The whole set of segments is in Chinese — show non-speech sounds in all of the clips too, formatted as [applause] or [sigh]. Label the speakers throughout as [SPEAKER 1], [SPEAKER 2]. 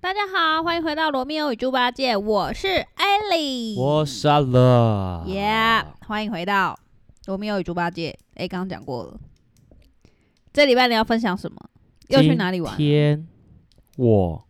[SPEAKER 1] 大家好，欢迎回到《罗密欧与猪八戒》，我是艾莉，
[SPEAKER 2] 我杀了。
[SPEAKER 1] 耶欢迎回到《罗密欧与猪八戒》。哎，刚刚讲过了，这礼拜你要分享什么？又去哪里玩？
[SPEAKER 2] 今天我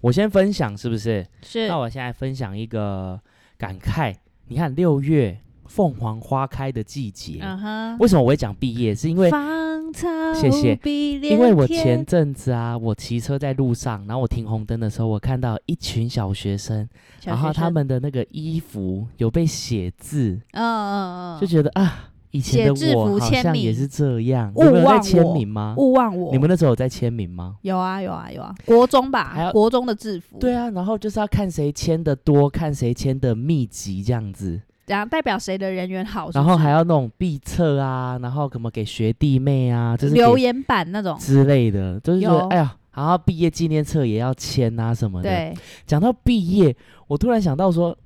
[SPEAKER 2] 我先分享是不是？
[SPEAKER 1] 是
[SPEAKER 2] 那我现在分享一个感慨。你看六月凤凰花开的季节，
[SPEAKER 1] 嗯哼，
[SPEAKER 2] 为什么我会讲毕业？是因为
[SPEAKER 1] 芳草
[SPEAKER 2] 谢谢
[SPEAKER 1] 碧连
[SPEAKER 2] 因为我
[SPEAKER 1] 天
[SPEAKER 2] 前阵子啊，我骑车在路上，然后我停红灯的时候，我看到一群小学生，
[SPEAKER 1] 小
[SPEAKER 2] 然
[SPEAKER 1] 学
[SPEAKER 2] 后他
[SPEAKER 1] 生
[SPEAKER 2] 们的那个衣服有被写字，
[SPEAKER 1] 嗯嗯嗯，
[SPEAKER 2] 就觉得啊，以前
[SPEAKER 1] 写字
[SPEAKER 2] 的我
[SPEAKER 1] 符
[SPEAKER 2] 好
[SPEAKER 1] 签
[SPEAKER 2] 像
[SPEAKER 1] 名
[SPEAKER 2] 也是这样。你们
[SPEAKER 1] 勿
[SPEAKER 2] 有在
[SPEAKER 1] 忘
[SPEAKER 2] 签
[SPEAKER 1] 我
[SPEAKER 2] 名吗？
[SPEAKER 1] 勿忘我。
[SPEAKER 2] 你们那时候有在签名吗？
[SPEAKER 1] 有啊有啊有啊，国中
[SPEAKER 2] 还
[SPEAKER 1] 吧，
[SPEAKER 2] 要
[SPEAKER 1] 国中的制服，
[SPEAKER 2] 对，啊，然后就是要看谁签的多，看谁签的密集这样子，
[SPEAKER 1] 然后代表谁的人缘好是不是，
[SPEAKER 2] 然后还要那种必测啊，然后什么给学弟妹啊，就是给
[SPEAKER 1] 呃留言板那种，
[SPEAKER 2] 之类的，就是觉
[SPEAKER 1] 有
[SPEAKER 2] 得哎呀，然后毕业纪念册也要签啊什么的。
[SPEAKER 1] 对，
[SPEAKER 2] 讲到毕业，我突然想到说，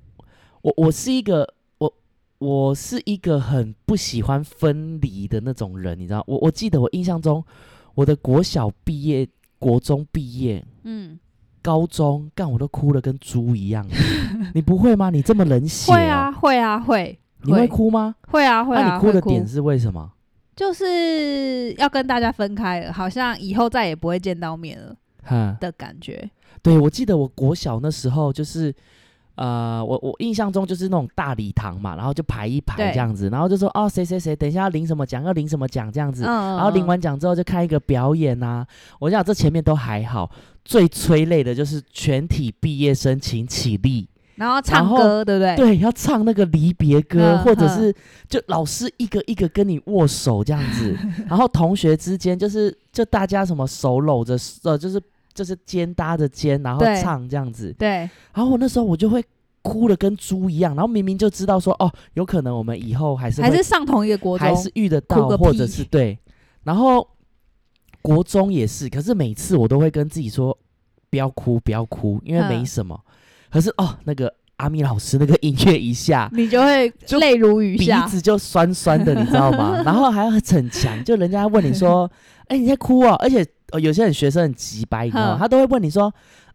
[SPEAKER 2] 我我是一个我我是一个很不喜欢分离的那种人，你知道？我我记得我印象中，我的国小毕业、国中毕业、
[SPEAKER 1] 嗯，
[SPEAKER 2] 高中，干我都哭的跟猪一样。你不会吗？你这么冷血、
[SPEAKER 1] 会啊，会啊会，
[SPEAKER 2] 你会哭吗？
[SPEAKER 1] 会啊会
[SPEAKER 2] 那、
[SPEAKER 1] 啊，
[SPEAKER 2] 你哭
[SPEAKER 1] 会
[SPEAKER 2] 的点是为什么？
[SPEAKER 1] 就是要跟大家分开了，好像以后再也不会见到面了
[SPEAKER 2] 哼，
[SPEAKER 1] 的感觉。
[SPEAKER 2] 对，我记得我国小那时候就是，呃，我我印象中就是那种大礼堂嘛，然后就排一
[SPEAKER 1] 对
[SPEAKER 2] 排这样子，然后就说哦谁谁谁等一下要领什么奖，要领什么奖这样子，
[SPEAKER 1] 嗯，
[SPEAKER 2] 然后领完奖之后就看一个表演呐、我想这前面都还好，最催泪的就是全体毕业生请起立，
[SPEAKER 1] 然后唱
[SPEAKER 2] 然后
[SPEAKER 1] 歌，对不对？
[SPEAKER 2] 对，要唱那个离别歌，
[SPEAKER 1] 嗯
[SPEAKER 2] 或者
[SPEAKER 1] 哼
[SPEAKER 2] 是就老师一个一个跟你握手这样
[SPEAKER 1] [laughs]
[SPEAKER 2] 子，然后同学之间就是就大家什么手搂着呃就是。就是肩搭着肩，然后
[SPEAKER 1] 对
[SPEAKER 2] 唱这样子，
[SPEAKER 1] 对
[SPEAKER 2] 然后我那时候我就会哭的跟猪一样，然后明明就知道说哦，有可能我们以后还是
[SPEAKER 1] 还
[SPEAKER 2] 会
[SPEAKER 1] 是上同一个国中
[SPEAKER 2] 还，是遇得
[SPEAKER 1] 哭
[SPEAKER 2] 到
[SPEAKER 1] 个，屁
[SPEAKER 2] 或者是对，然后国中也是，可是每次我都会跟自己说不要哭，不要哭，因为
[SPEAKER 1] 嗯
[SPEAKER 2] 没什么。可是哦，那个阿米老师那个音乐一下。
[SPEAKER 1] 你就会
[SPEAKER 2] [laughs] 就
[SPEAKER 1] 泪如雨
[SPEAKER 2] 鼻
[SPEAKER 1] 下。
[SPEAKER 2] 子就酸酸的，你知道
[SPEAKER 1] [laughs]
[SPEAKER 2] 吗？然后还要逞强，就人家问你说：“哎、你在哭哦。”而且、呃有些人学生很急白，你知道吗
[SPEAKER 1] 哼？
[SPEAKER 2] 他都会问你说：“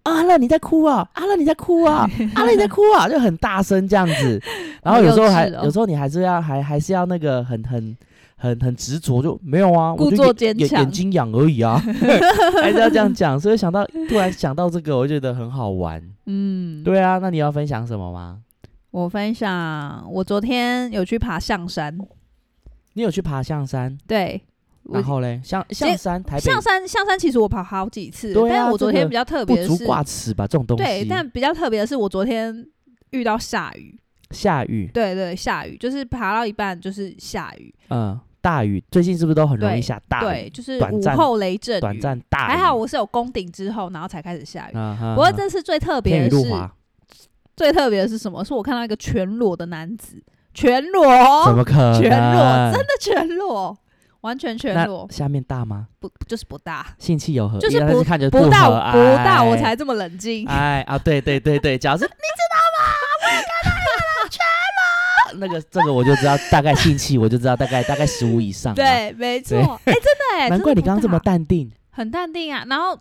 [SPEAKER 2] 啊，阿乐你在哭啊？阿乐你在哭
[SPEAKER 1] [laughs]
[SPEAKER 2] 啊？阿乐你在哭啊？”就很大声这样子。然后有时候还、
[SPEAKER 1] 好幼稚哦
[SPEAKER 2] 有时候你还是要还还是要那个很很很很执着，就没有啊，
[SPEAKER 1] 故
[SPEAKER 2] 我就
[SPEAKER 1] 作
[SPEAKER 2] 眼
[SPEAKER 1] 坚
[SPEAKER 2] 眼
[SPEAKER 1] 强
[SPEAKER 2] 眼睛痒而
[SPEAKER 1] [laughs]
[SPEAKER 2] 已啊，还是要这样讲。所以想到突然想到这个，我就觉得很好玩。
[SPEAKER 1] 嗯，
[SPEAKER 2] 对啊，那你要分享什么吗？
[SPEAKER 1] 我分享，我昨天有去爬象山，
[SPEAKER 2] 你有去爬象山？
[SPEAKER 1] 对。我
[SPEAKER 2] 然后嘞，象象山台北
[SPEAKER 1] 象山，象山其实我爬好几次，
[SPEAKER 2] 对啊
[SPEAKER 1] 但我昨天
[SPEAKER 2] 这个
[SPEAKER 1] 比较特
[SPEAKER 2] 不
[SPEAKER 1] 别的
[SPEAKER 2] 足
[SPEAKER 1] 是，
[SPEAKER 2] 挂齿吧，这种东西。
[SPEAKER 1] 对，但比较特别的是，我昨天遇到下雨，
[SPEAKER 2] 下雨，
[SPEAKER 1] 对对，下雨，就是爬到一半就是下雨，
[SPEAKER 2] 嗯，大雨，最近是不是都很容
[SPEAKER 1] 对
[SPEAKER 2] 易下大
[SPEAKER 1] 对，
[SPEAKER 2] 雨？
[SPEAKER 1] 就是
[SPEAKER 2] 短
[SPEAKER 1] 午
[SPEAKER 2] 暂
[SPEAKER 1] 后雷阵雨，
[SPEAKER 2] 短暂大雨。
[SPEAKER 1] 还好我是有攻顶之后，然后才开始下雨。
[SPEAKER 2] 嗯，
[SPEAKER 1] 不
[SPEAKER 2] 不
[SPEAKER 1] 过这次最特别
[SPEAKER 2] 天雨
[SPEAKER 1] 的
[SPEAKER 2] 路
[SPEAKER 1] 是，
[SPEAKER 2] 滑，
[SPEAKER 1] 最特别的是什么？是我看到一个全裸的男子，全裸，
[SPEAKER 2] 怎么可能？
[SPEAKER 1] 哦全裸，真的全裸，完全全裸
[SPEAKER 2] 那，下面大吗？
[SPEAKER 1] 不就是不大，
[SPEAKER 2] 性气有合，
[SPEAKER 1] 就是
[SPEAKER 2] 但看着
[SPEAKER 1] 不大
[SPEAKER 2] 合
[SPEAKER 1] 不大，
[SPEAKER 2] 哎
[SPEAKER 1] 我才这么冷静。
[SPEAKER 2] 哎啊，对对对对，假如是你知道吗？我也看到你了，全 [laughs] 裸。那个这个我就知道，大概性气我就知道，大概大概十五以上。，
[SPEAKER 1] [laughs] 对，没错，
[SPEAKER 2] 啊对
[SPEAKER 1] 哎，真的哎，
[SPEAKER 2] [laughs] 难怪
[SPEAKER 1] 真的
[SPEAKER 2] 你
[SPEAKER 1] 不
[SPEAKER 2] 刚刚这么
[SPEAKER 1] 大，
[SPEAKER 2] 淡定，
[SPEAKER 1] 很淡定啊。然后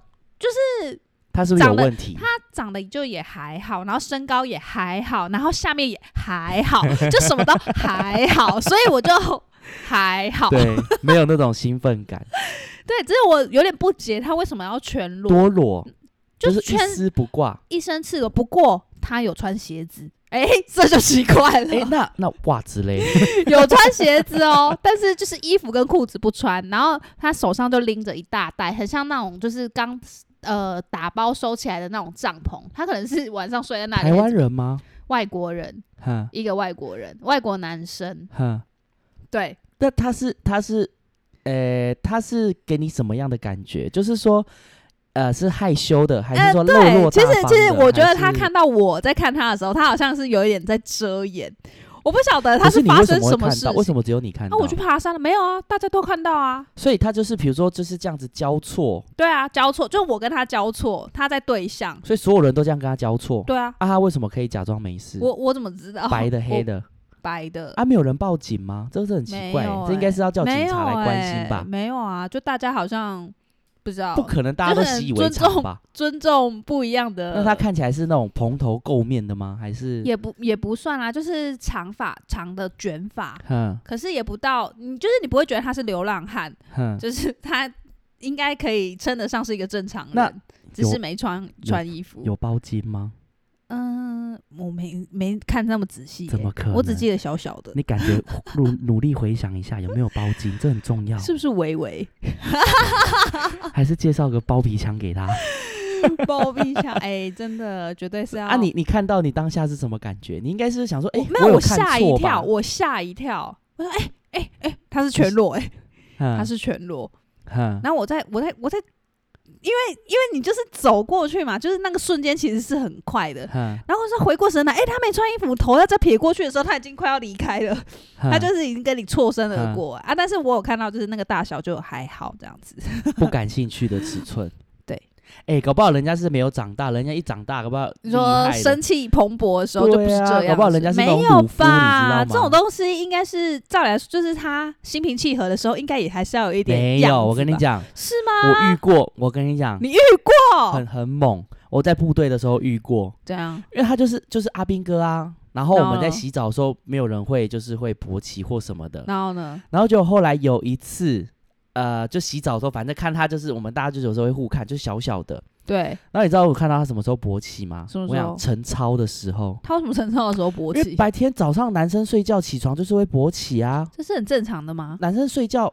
[SPEAKER 2] 他是不是有
[SPEAKER 1] 长得
[SPEAKER 2] 问题？
[SPEAKER 1] 长得就也还好，然后身高也还好，然后下面也还
[SPEAKER 2] [laughs]
[SPEAKER 1] 好，就什么都还好，所以我就还好。
[SPEAKER 2] 对，没有那种兴奋感，
[SPEAKER 1] 对，只是我有点不解，他为什么要全裸？
[SPEAKER 2] 多裸，
[SPEAKER 1] 就
[SPEAKER 2] 就是是
[SPEAKER 1] 全
[SPEAKER 2] 一丝不挂。
[SPEAKER 1] 一身赤裸，不过他有穿鞋子。哎、 [laughs] 这就奇怪了，
[SPEAKER 2] 哎、那那袜子
[SPEAKER 1] [laughs]
[SPEAKER 2] 嘞？
[SPEAKER 1] 有穿鞋子哦，但是就是衣服跟裤子不穿，然后他手上就拎着一大袋，很像那种就是刚呃打包收起来的那种帐篷。他可能是晚上睡在那里。
[SPEAKER 2] 台湾人吗？
[SPEAKER 1] 外国人，
[SPEAKER 2] 哼
[SPEAKER 1] 一个外国人，外国男生，
[SPEAKER 2] 哼，
[SPEAKER 1] 对，
[SPEAKER 2] 那他是他是，呃，他是给你什么样的感觉？就是说，呃，是害羞的，还是说落
[SPEAKER 1] 呃对，
[SPEAKER 2] 落
[SPEAKER 1] 其
[SPEAKER 2] 大
[SPEAKER 1] 实
[SPEAKER 2] 方的、
[SPEAKER 1] 其实我觉得
[SPEAKER 2] 还是
[SPEAKER 1] 他看到我在看他的时候，他好像是有一点在遮掩，我不晓得他
[SPEAKER 2] 可是你
[SPEAKER 1] 发
[SPEAKER 2] 为什
[SPEAKER 1] 生
[SPEAKER 2] 么会
[SPEAKER 1] 什么
[SPEAKER 2] 看
[SPEAKER 1] 事
[SPEAKER 2] 到？为
[SPEAKER 1] 情。
[SPEAKER 2] 什么只有你看
[SPEAKER 1] 那、
[SPEAKER 2] 到？
[SPEAKER 1] 我去爬山了，没有啊？大家都看到啊，
[SPEAKER 2] 所以他就是比如说就是这样子交错，
[SPEAKER 1] 对啊，交错，就我跟他交错，他在对象，
[SPEAKER 2] 所以所有人都这样跟他交错。
[SPEAKER 1] 对啊，
[SPEAKER 2] 啊，他为什么可以假装没事？
[SPEAKER 1] 我哦我怎么知道？
[SPEAKER 2] 白的黑
[SPEAKER 1] 的，
[SPEAKER 2] 的
[SPEAKER 1] 白的，
[SPEAKER 2] 啊，没有人报警吗？这个是很奇
[SPEAKER 1] 没
[SPEAKER 2] 怪欸、
[SPEAKER 1] 有
[SPEAKER 2] 这应该
[SPEAKER 1] 欸
[SPEAKER 2] 是要叫
[SPEAKER 1] 没
[SPEAKER 2] 警
[SPEAKER 1] 有
[SPEAKER 2] 察来关心吧？
[SPEAKER 1] 欸没有啊，就大家好像不知道
[SPEAKER 2] 不可能大家都习以为常吧？
[SPEAKER 1] 尊重不一样的。
[SPEAKER 2] 那他看起来是那种蓬头垢面的吗？还是
[SPEAKER 1] 呃也不也不算啦，啊就是长发长的卷发，
[SPEAKER 2] 哼
[SPEAKER 1] 可是也不到，你就是你不会觉得他是流浪汉，
[SPEAKER 2] 哼
[SPEAKER 1] 就是他应该可以称得上是一个正常
[SPEAKER 2] 那
[SPEAKER 1] 人，只是没穿穿衣服。
[SPEAKER 2] 有包巾吗？
[SPEAKER 1] 嗯，我没没看那么仔细耶、欸
[SPEAKER 2] 怎么可能
[SPEAKER 1] 我只记得小小的，
[SPEAKER 2] 你感觉努 [laughs] 努力回想一下有没有包巾，这很重要。
[SPEAKER 1] 是不是维维
[SPEAKER 2] 还是介绍个包皮枪给他？
[SPEAKER 1] [laughs] 包庇下？哎、真的绝对是要
[SPEAKER 2] 啊，你你看到你当下是什么感觉？你应该是想说，哎、
[SPEAKER 1] 我没有，
[SPEAKER 2] 有
[SPEAKER 1] 我
[SPEAKER 2] 看
[SPEAKER 1] 吓一
[SPEAKER 2] 错吧
[SPEAKER 1] 跳，我吓一跳，我说哎哎哎，他是全裸哎、他
[SPEAKER 2] 哼
[SPEAKER 1] 是全裸。
[SPEAKER 2] 哼，
[SPEAKER 1] 然后我在我在我在，因为因为你就是走过去嘛，就是那个瞬间其实是很快的。
[SPEAKER 2] 哼
[SPEAKER 1] 然后我是回过神来，哎、他没穿衣服，头要再撇过去的时候，他已经快要离开了，
[SPEAKER 2] 嗯
[SPEAKER 1] 他就是已经跟你错身而过啊。但是我有看到，就是那个大小就还好这样子，。
[SPEAKER 2] 不感兴趣的尺寸
[SPEAKER 1] [laughs] 对，
[SPEAKER 2] 哎、搞不好人家是没有长大，人家一长大，搞不好
[SPEAKER 1] 你说
[SPEAKER 2] 厉害的
[SPEAKER 1] 生气蓬勃的时候就不是这样子，
[SPEAKER 2] 对啊搞不好人家是那种
[SPEAKER 1] 没有
[SPEAKER 2] 鲁夫
[SPEAKER 1] 吧？
[SPEAKER 2] 你
[SPEAKER 1] 这
[SPEAKER 2] 知道吗
[SPEAKER 1] 种东西应该是照理来说，就是他心平气和的时候，应该也还是要有一点
[SPEAKER 2] 没
[SPEAKER 1] 样
[SPEAKER 2] 有。
[SPEAKER 1] 子
[SPEAKER 2] 我跟你
[SPEAKER 1] 吧，
[SPEAKER 2] 讲，
[SPEAKER 1] 是吗？
[SPEAKER 2] 我遇过，我跟你讲，
[SPEAKER 1] 你遇哦过
[SPEAKER 2] 很很猛。我在部队的时候遇过，
[SPEAKER 1] 这样？
[SPEAKER 2] 因为他就是就是阿兵哥啊。然后我们在
[SPEAKER 1] 哦
[SPEAKER 2] 洗澡的时候，没有人会就是会勃起或什么的。
[SPEAKER 1] 然后呢？
[SPEAKER 2] 然后就后来有一次，呃，就洗澡的时候，反正看他就是我们大家就有时候会互看，就小小的。
[SPEAKER 1] 对，
[SPEAKER 2] 然后你知道我看到他什么时候勃起吗？
[SPEAKER 1] 什么时
[SPEAKER 2] 我
[SPEAKER 1] 候
[SPEAKER 2] 想晨操的时候，
[SPEAKER 1] 他为什么晨操的时候勃
[SPEAKER 2] 因为
[SPEAKER 1] 起？
[SPEAKER 2] 白天早上男生睡觉起床就是会勃起啊。
[SPEAKER 1] 这是很正常的吗？
[SPEAKER 2] 男生睡觉，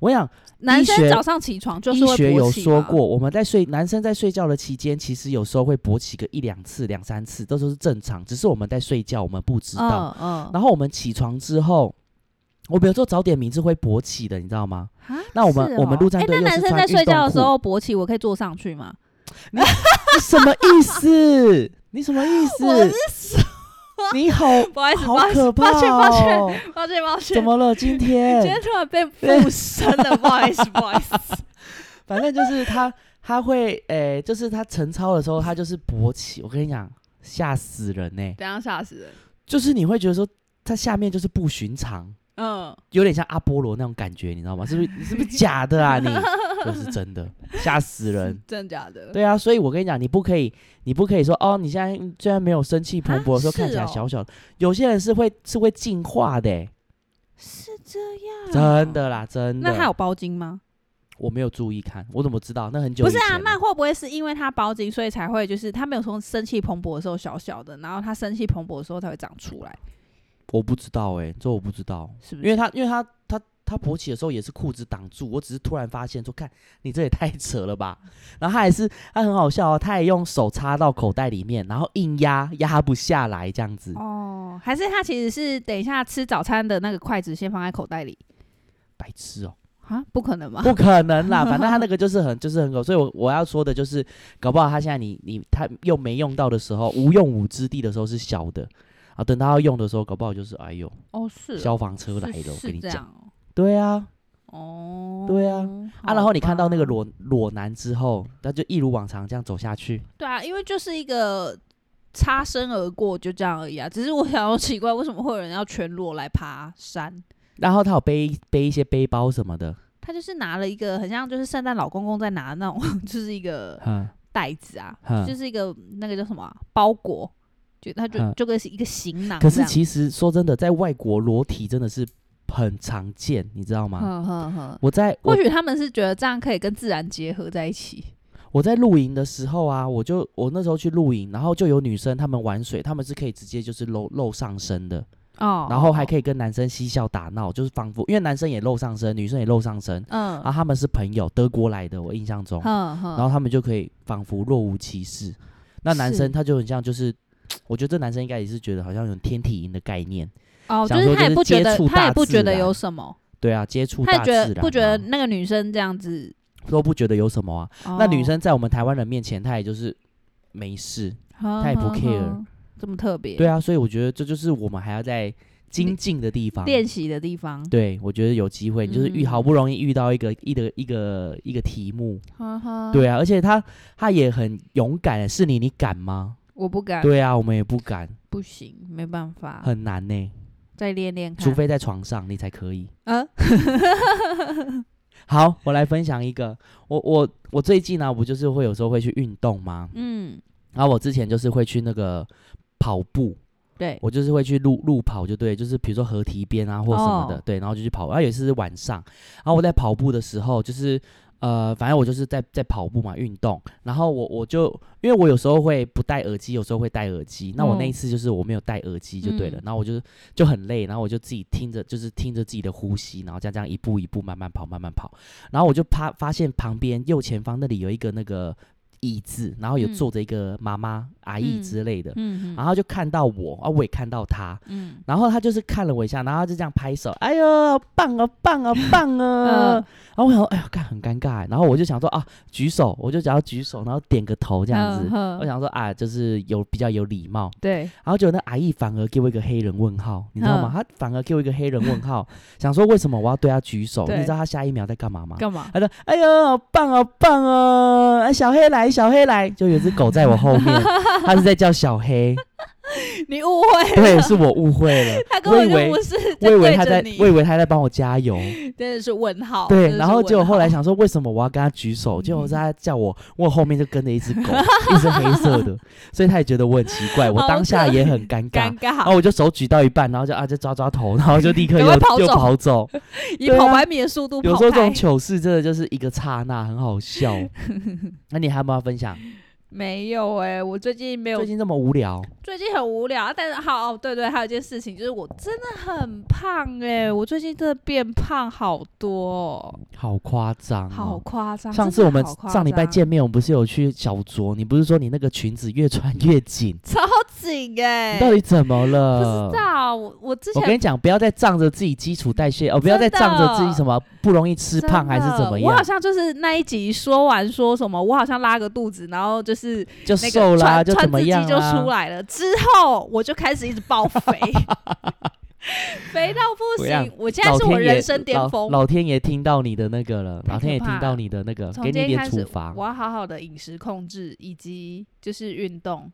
[SPEAKER 2] 我想
[SPEAKER 1] 男生
[SPEAKER 2] 学
[SPEAKER 1] 早上起床就是
[SPEAKER 2] 医
[SPEAKER 1] 会
[SPEAKER 2] 学有
[SPEAKER 1] 勃起
[SPEAKER 2] 说
[SPEAKER 1] 嘛
[SPEAKER 2] 过，我们在睡男生在睡觉的期间，其实有时候会勃起个一两次、两三次，这都是正常，只是我们在睡觉，我们不知道。
[SPEAKER 1] 嗯嗯，
[SPEAKER 2] 然后我们起床之后，我们有时候早点名是会勃起的，你知道吗？
[SPEAKER 1] 啊
[SPEAKER 2] 那我们我们陆战
[SPEAKER 1] 诶
[SPEAKER 2] 队又
[SPEAKER 1] 那男
[SPEAKER 2] 是
[SPEAKER 1] 生
[SPEAKER 2] 穿
[SPEAKER 1] 在
[SPEAKER 2] 运
[SPEAKER 1] 睡觉
[SPEAKER 2] 动
[SPEAKER 1] 的时
[SPEAKER 2] 裤
[SPEAKER 1] 候勃起，我可以坐上去吗？
[SPEAKER 2] 你什么意思？你什么意
[SPEAKER 1] 我是
[SPEAKER 2] 思？你好，
[SPEAKER 1] 不好意思，
[SPEAKER 2] [laughs] 好
[SPEAKER 1] 不好意思，
[SPEAKER 2] 可怕
[SPEAKER 1] 抱歉，抱歉，
[SPEAKER 2] 哦！
[SPEAKER 1] 抱歉，抱歉，
[SPEAKER 2] 怎么了？今
[SPEAKER 1] 今天
[SPEAKER 2] 天
[SPEAKER 1] 突然被附身了？不好意思，不好意思，
[SPEAKER 2] 反正就是他，他会诶、就是他晨操的时候，他就是勃起。我跟你讲，吓死人呢、
[SPEAKER 1] 等一下吓死人。
[SPEAKER 2] 就是你会觉得说，他下面就是不寻常，
[SPEAKER 1] 嗯，
[SPEAKER 2] 有点像阿波罗那种感觉，你知道吗？是不是？你是不是假的啊你？ [laughs] 就是真的，吓死人。
[SPEAKER 1] 真的假 [laughs] 的？
[SPEAKER 2] 对啊，所以我跟你讲，你不可以，你不可以说哦，你现在虽然没有生气蓬勃的时候，
[SPEAKER 1] 啊
[SPEAKER 2] 看起来
[SPEAKER 1] 是哦
[SPEAKER 2] 小小的，有些人是会是会进化的、欸，
[SPEAKER 1] 是这样，
[SPEAKER 2] 真。的啦，真的。
[SPEAKER 1] 啊那他有包巾吗？
[SPEAKER 2] 我没有注意看，我怎么知道？那很久
[SPEAKER 1] 不
[SPEAKER 2] 以
[SPEAKER 1] 是
[SPEAKER 2] 前
[SPEAKER 1] 啊，
[SPEAKER 2] 了
[SPEAKER 1] 那会不会是因为他包巾，所以才会就是他没有从生气蓬勃的时候小小的，然后他生气蓬勃的时候才会长出来，
[SPEAKER 2] 我不知道哎、这我不知道，
[SPEAKER 1] 是不
[SPEAKER 2] 因
[SPEAKER 1] 是？
[SPEAKER 2] 为他因为他他他勃起的时候也是裤子挡住，我只是突然发现说，看你这也太扯了吧。 [laughs] 然后他也是他很好笑哦，他也用手插到口袋里面，然后硬压压不下来这样子。
[SPEAKER 1] 哦，还是他其实是等一下吃早餐的那个筷子先放在口袋里
[SPEAKER 2] 白痴哦、
[SPEAKER 1] 啊？不可 [laughs] 能吧？
[SPEAKER 2] 不可能啦，反正他那个就是很就是很狗，所以我我要说的就是，搞不好他现在你你他又没用到的时候，无用武之地的时候是小的。啊，等到要用的时候，搞不好就是哎呦，
[SPEAKER 1] 哦，是哦
[SPEAKER 2] 消防车
[SPEAKER 1] 是
[SPEAKER 2] 来了，我
[SPEAKER 1] 是
[SPEAKER 2] 跟你
[SPEAKER 1] 这
[SPEAKER 2] 讲。
[SPEAKER 1] 样哦
[SPEAKER 2] 对啊，
[SPEAKER 1] 哦，
[SPEAKER 2] 对啊
[SPEAKER 1] 好
[SPEAKER 2] 啊，然后你看到那个
[SPEAKER 1] 吧
[SPEAKER 2] 裸裸男之后，他就一如往常这样走下去。
[SPEAKER 1] 对啊，因为就是一个擦身而过，就这样而已啊。只是我想要奇怪，为什么会有人要全裸来爬山？
[SPEAKER 2] 然后他有背背一些背包什么的，
[SPEAKER 1] 他就是拿了一个很像就是圣诞老公公在拿的那种， [laughs] 就是一个
[SPEAKER 2] 哼
[SPEAKER 1] 袋子啊，就
[SPEAKER 2] 哼。
[SPEAKER 1] 是一个那个叫什么啊、包裹，就他就
[SPEAKER 2] 嗯
[SPEAKER 1] 就跟是一个行囊这
[SPEAKER 2] 可
[SPEAKER 1] 样。
[SPEAKER 2] 是其实说真的，在外国裸体真的是很常见，你知道吗？
[SPEAKER 1] 呵呵呵，
[SPEAKER 2] 我在
[SPEAKER 1] 或
[SPEAKER 2] 我
[SPEAKER 1] 许他们是觉得这样可以跟自然结合在一起。
[SPEAKER 2] 我在露营的时候啊，我就我那时候去露营，然后就有女生她们玩水，她们是可以直接就是露露上身的，
[SPEAKER 1] 哦，
[SPEAKER 2] 然后还
[SPEAKER 1] 以，
[SPEAKER 2] 可以跟男生嬉笑打闹，就是仿佛因为男生也露上身，女生也露上身，
[SPEAKER 1] 嗯，
[SPEAKER 2] 啊，他们是朋友，德国来的，我印象中，
[SPEAKER 1] 呵呵，
[SPEAKER 2] 然后他们就可以仿佛若无其事。那男
[SPEAKER 1] 是
[SPEAKER 2] 生他就很像，就是我觉得这男生应该也是觉得好像有天体营的概念，
[SPEAKER 1] 哦，就
[SPEAKER 2] 想说
[SPEAKER 1] 他
[SPEAKER 2] 就
[SPEAKER 1] 也
[SPEAKER 2] 是
[SPEAKER 1] 不觉
[SPEAKER 2] 接
[SPEAKER 1] 得，
[SPEAKER 2] 触
[SPEAKER 1] 他也
[SPEAKER 2] 大
[SPEAKER 1] 不
[SPEAKER 2] 自
[SPEAKER 1] 觉得
[SPEAKER 2] 然
[SPEAKER 1] 有什么，
[SPEAKER 2] 对啊，接触
[SPEAKER 1] 他也
[SPEAKER 2] 大
[SPEAKER 1] 觉
[SPEAKER 2] 自然
[SPEAKER 1] 得
[SPEAKER 2] 啊，
[SPEAKER 1] 不觉得那个女生这样子，
[SPEAKER 2] 都不觉得有什么啊？那女
[SPEAKER 1] 哦
[SPEAKER 2] 生在我们台湾人面前，她也就是没事，
[SPEAKER 1] 他
[SPEAKER 2] 也不 care
[SPEAKER 1] 这么特别。
[SPEAKER 2] 对啊，所以我觉得这就是我们还要在精进的地方。
[SPEAKER 1] 练习的地方，
[SPEAKER 2] 对，我觉得有机会，你就是遇
[SPEAKER 1] 嗯
[SPEAKER 2] 好不容易遇到一个一个一个一个题目，
[SPEAKER 1] 哈哈，
[SPEAKER 2] 对啊，而且他他也很勇敢，是你你敢吗？
[SPEAKER 1] 我不敢，
[SPEAKER 2] 对啊，我们也不敢，
[SPEAKER 1] 不行，没办法，
[SPEAKER 2] 很难呢、
[SPEAKER 1] 再练练看，啊
[SPEAKER 2] 除非在床上你才可以。
[SPEAKER 1] 嗯，
[SPEAKER 2] 好，我来分享一个，我我我最近呢、啊我不就是会有时候会去运动吗？
[SPEAKER 1] 嗯，
[SPEAKER 2] 然后我之前就是会去那个跑步，
[SPEAKER 1] 对，
[SPEAKER 2] 我就是会去路路跑，就对，就是比如说河堤边啊或什么的，
[SPEAKER 1] 哦
[SPEAKER 2] 对，然后就去跑。然啊后有一次是晚上，然后我在跑步的时候，就是呃，反正我就是在在跑步嘛，运动。然后我我就因为我有时候会不戴耳机，有时候会戴耳机。那我那一
[SPEAKER 1] 嗯
[SPEAKER 2] 次就是我没有戴耳机就对了，
[SPEAKER 1] 嗯
[SPEAKER 2] 然后我就就很累，然后我就自己听着，就是听着自己的呼吸，然后这样这样一步一步慢慢跑，慢慢跑。然后我就啪发现旁边右前方那里有一个那个。椅子，然后有
[SPEAKER 1] 嗯
[SPEAKER 2] 坐着一个妈妈、阿姨
[SPEAKER 1] 嗯
[SPEAKER 2] 之类的，
[SPEAKER 1] 嗯
[SPEAKER 2] 然后他就看到我啊，我也看到他，
[SPEAKER 1] 嗯，
[SPEAKER 2] 然后他就是看了我一下，然后他就这样拍手，哎呦，棒啊，棒啊，棒啊！
[SPEAKER 1] [laughs] 嗯
[SPEAKER 2] 然后我想说，哎呦，干很尴尬欸，然后我就想说啊，举手，我就只要举手，然后点个头这样子，我
[SPEAKER 1] 子，
[SPEAKER 2] 想说啊，就是有比较有礼貌。
[SPEAKER 1] 嗯对，
[SPEAKER 2] 然后结果那阿姨反而给我一个黑人问号，你知道吗？
[SPEAKER 1] 嗯
[SPEAKER 2] 她反而给我一个黑人问号， [laughs] 想说为什么我要对她举手？你
[SPEAKER 1] 对
[SPEAKER 2] 知道她下一秒在干嘛吗？
[SPEAKER 1] 干嘛？
[SPEAKER 2] 他说：“哎呦，好棒好棒哦！哎小黑来，小黑来！”就有一只狗在我后
[SPEAKER 1] [laughs]
[SPEAKER 2] 面，它是在叫小黑。
[SPEAKER 1] 你误会，
[SPEAKER 2] [laughs] 对，是我误会了
[SPEAKER 1] 他，根
[SPEAKER 2] 我
[SPEAKER 1] 本
[SPEAKER 2] 以为
[SPEAKER 1] [laughs] 就不是
[SPEAKER 2] 我以为他
[SPEAKER 1] 在
[SPEAKER 2] 在
[SPEAKER 1] 对着你，
[SPEAKER 2] 我以为他在帮我加油，
[SPEAKER 1] 真的是问号。真
[SPEAKER 2] 对，
[SPEAKER 1] 的嗯
[SPEAKER 2] 然
[SPEAKER 1] 是
[SPEAKER 2] 后
[SPEAKER 1] 问
[SPEAKER 2] 结果后来
[SPEAKER 1] 号，
[SPEAKER 2] 想说为什么我要跟他举手，结果他叫我，我后面就跟着一只狗，一只黑
[SPEAKER 1] [laughs]
[SPEAKER 2] 色的，所以他也觉得我很奇怪，我
[SPEAKER 1] 好
[SPEAKER 2] 当下
[SPEAKER 1] 可
[SPEAKER 2] 也很尴尬哦
[SPEAKER 1] 尴。
[SPEAKER 2] 然后
[SPEAKER 1] 尬，
[SPEAKER 2] 我就手举到一半，然后就啊就抓抓头，然后就立刻
[SPEAKER 1] 赶
[SPEAKER 2] 又
[SPEAKER 1] 快跑
[SPEAKER 2] 又
[SPEAKER 1] 走
[SPEAKER 2] 跑走。
[SPEAKER 1] 以
[SPEAKER 2] 对
[SPEAKER 1] 跑
[SPEAKER 2] 啊
[SPEAKER 1] 百米的速度
[SPEAKER 2] 有
[SPEAKER 1] 跑
[SPEAKER 2] 时候这
[SPEAKER 1] 开
[SPEAKER 2] 种，糗事真的就是一个刹那，很
[SPEAKER 1] [laughs]
[SPEAKER 2] 好笑。那你还有没有要分享？
[SPEAKER 1] 没有哎，我最近没有
[SPEAKER 2] 最近这么无聊，
[SPEAKER 1] 最近很无聊，但是好，哦对对，还有一件事情就是我真的很胖哎、我最近真的变胖好多哦、
[SPEAKER 2] 好夸张、哦，
[SPEAKER 1] 好夸张。
[SPEAKER 2] 上
[SPEAKER 1] 真
[SPEAKER 2] 次
[SPEAKER 1] 的
[SPEAKER 2] 我们
[SPEAKER 1] 好夸
[SPEAKER 2] 上礼拜
[SPEAKER 1] 张
[SPEAKER 2] 见面，我们不是有去小酌？你不是说你那个裙子越穿越紧？
[SPEAKER 1] 超紧哎、
[SPEAKER 2] 你到底呃怎么
[SPEAKER 1] 不
[SPEAKER 2] 了
[SPEAKER 1] 知？道我我之
[SPEAKER 2] 我跟
[SPEAKER 1] 前
[SPEAKER 2] 你讲，不要再仗着自己基础代谢哦，不要再
[SPEAKER 1] 真的
[SPEAKER 2] 仗着自己什么不容易吃
[SPEAKER 1] 真
[SPEAKER 2] 胖还是
[SPEAKER 1] 的
[SPEAKER 2] 怎么
[SPEAKER 1] 我好
[SPEAKER 2] 样，
[SPEAKER 1] 像就是那一集说完说什么，我好像拉个肚子，然后就是
[SPEAKER 2] 就
[SPEAKER 1] 那个
[SPEAKER 2] 瘦啦、
[SPEAKER 1] 穿
[SPEAKER 2] 就
[SPEAKER 1] 穿
[SPEAKER 2] 怎么
[SPEAKER 1] 自己
[SPEAKER 2] 样啊
[SPEAKER 1] 就
[SPEAKER 2] 啦、
[SPEAKER 1] 出来了。之后我就开始一直爆肥， [laughs] 肥到不
[SPEAKER 2] 我跟你
[SPEAKER 1] 行
[SPEAKER 2] 讲。
[SPEAKER 1] 我现在
[SPEAKER 2] 老
[SPEAKER 1] 是我
[SPEAKER 2] 天爷
[SPEAKER 1] 人生巅峰，
[SPEAKER 2] 老，老天爷听到你的那
[SPEAKER 1] [laughs]
[SPEAKER 2] 个了，
[SPEAKER 1] 太
[SPEAKER 2] 老天爷
[SPEAKER 1] 可
[SPEAKER 2] 听
[SPEAKER 1] 怕
[SPEAKER 2] 到
[SPEAKER 1] 了
[SPEAKER 2] 你的那个，
[SPEAKER 1] 从
[SPEAKER 2] 给你一
[SPEAKER 1] 今天
[SPEAKER 2] 点
[SPEAKER 1] 开
[SPEAKER 2] 处
[SPEAKER 1] 始，
[SPEAKER 2] 罚
[SPEAKER 1] 我，要好好的饮食控制，以及就是运动。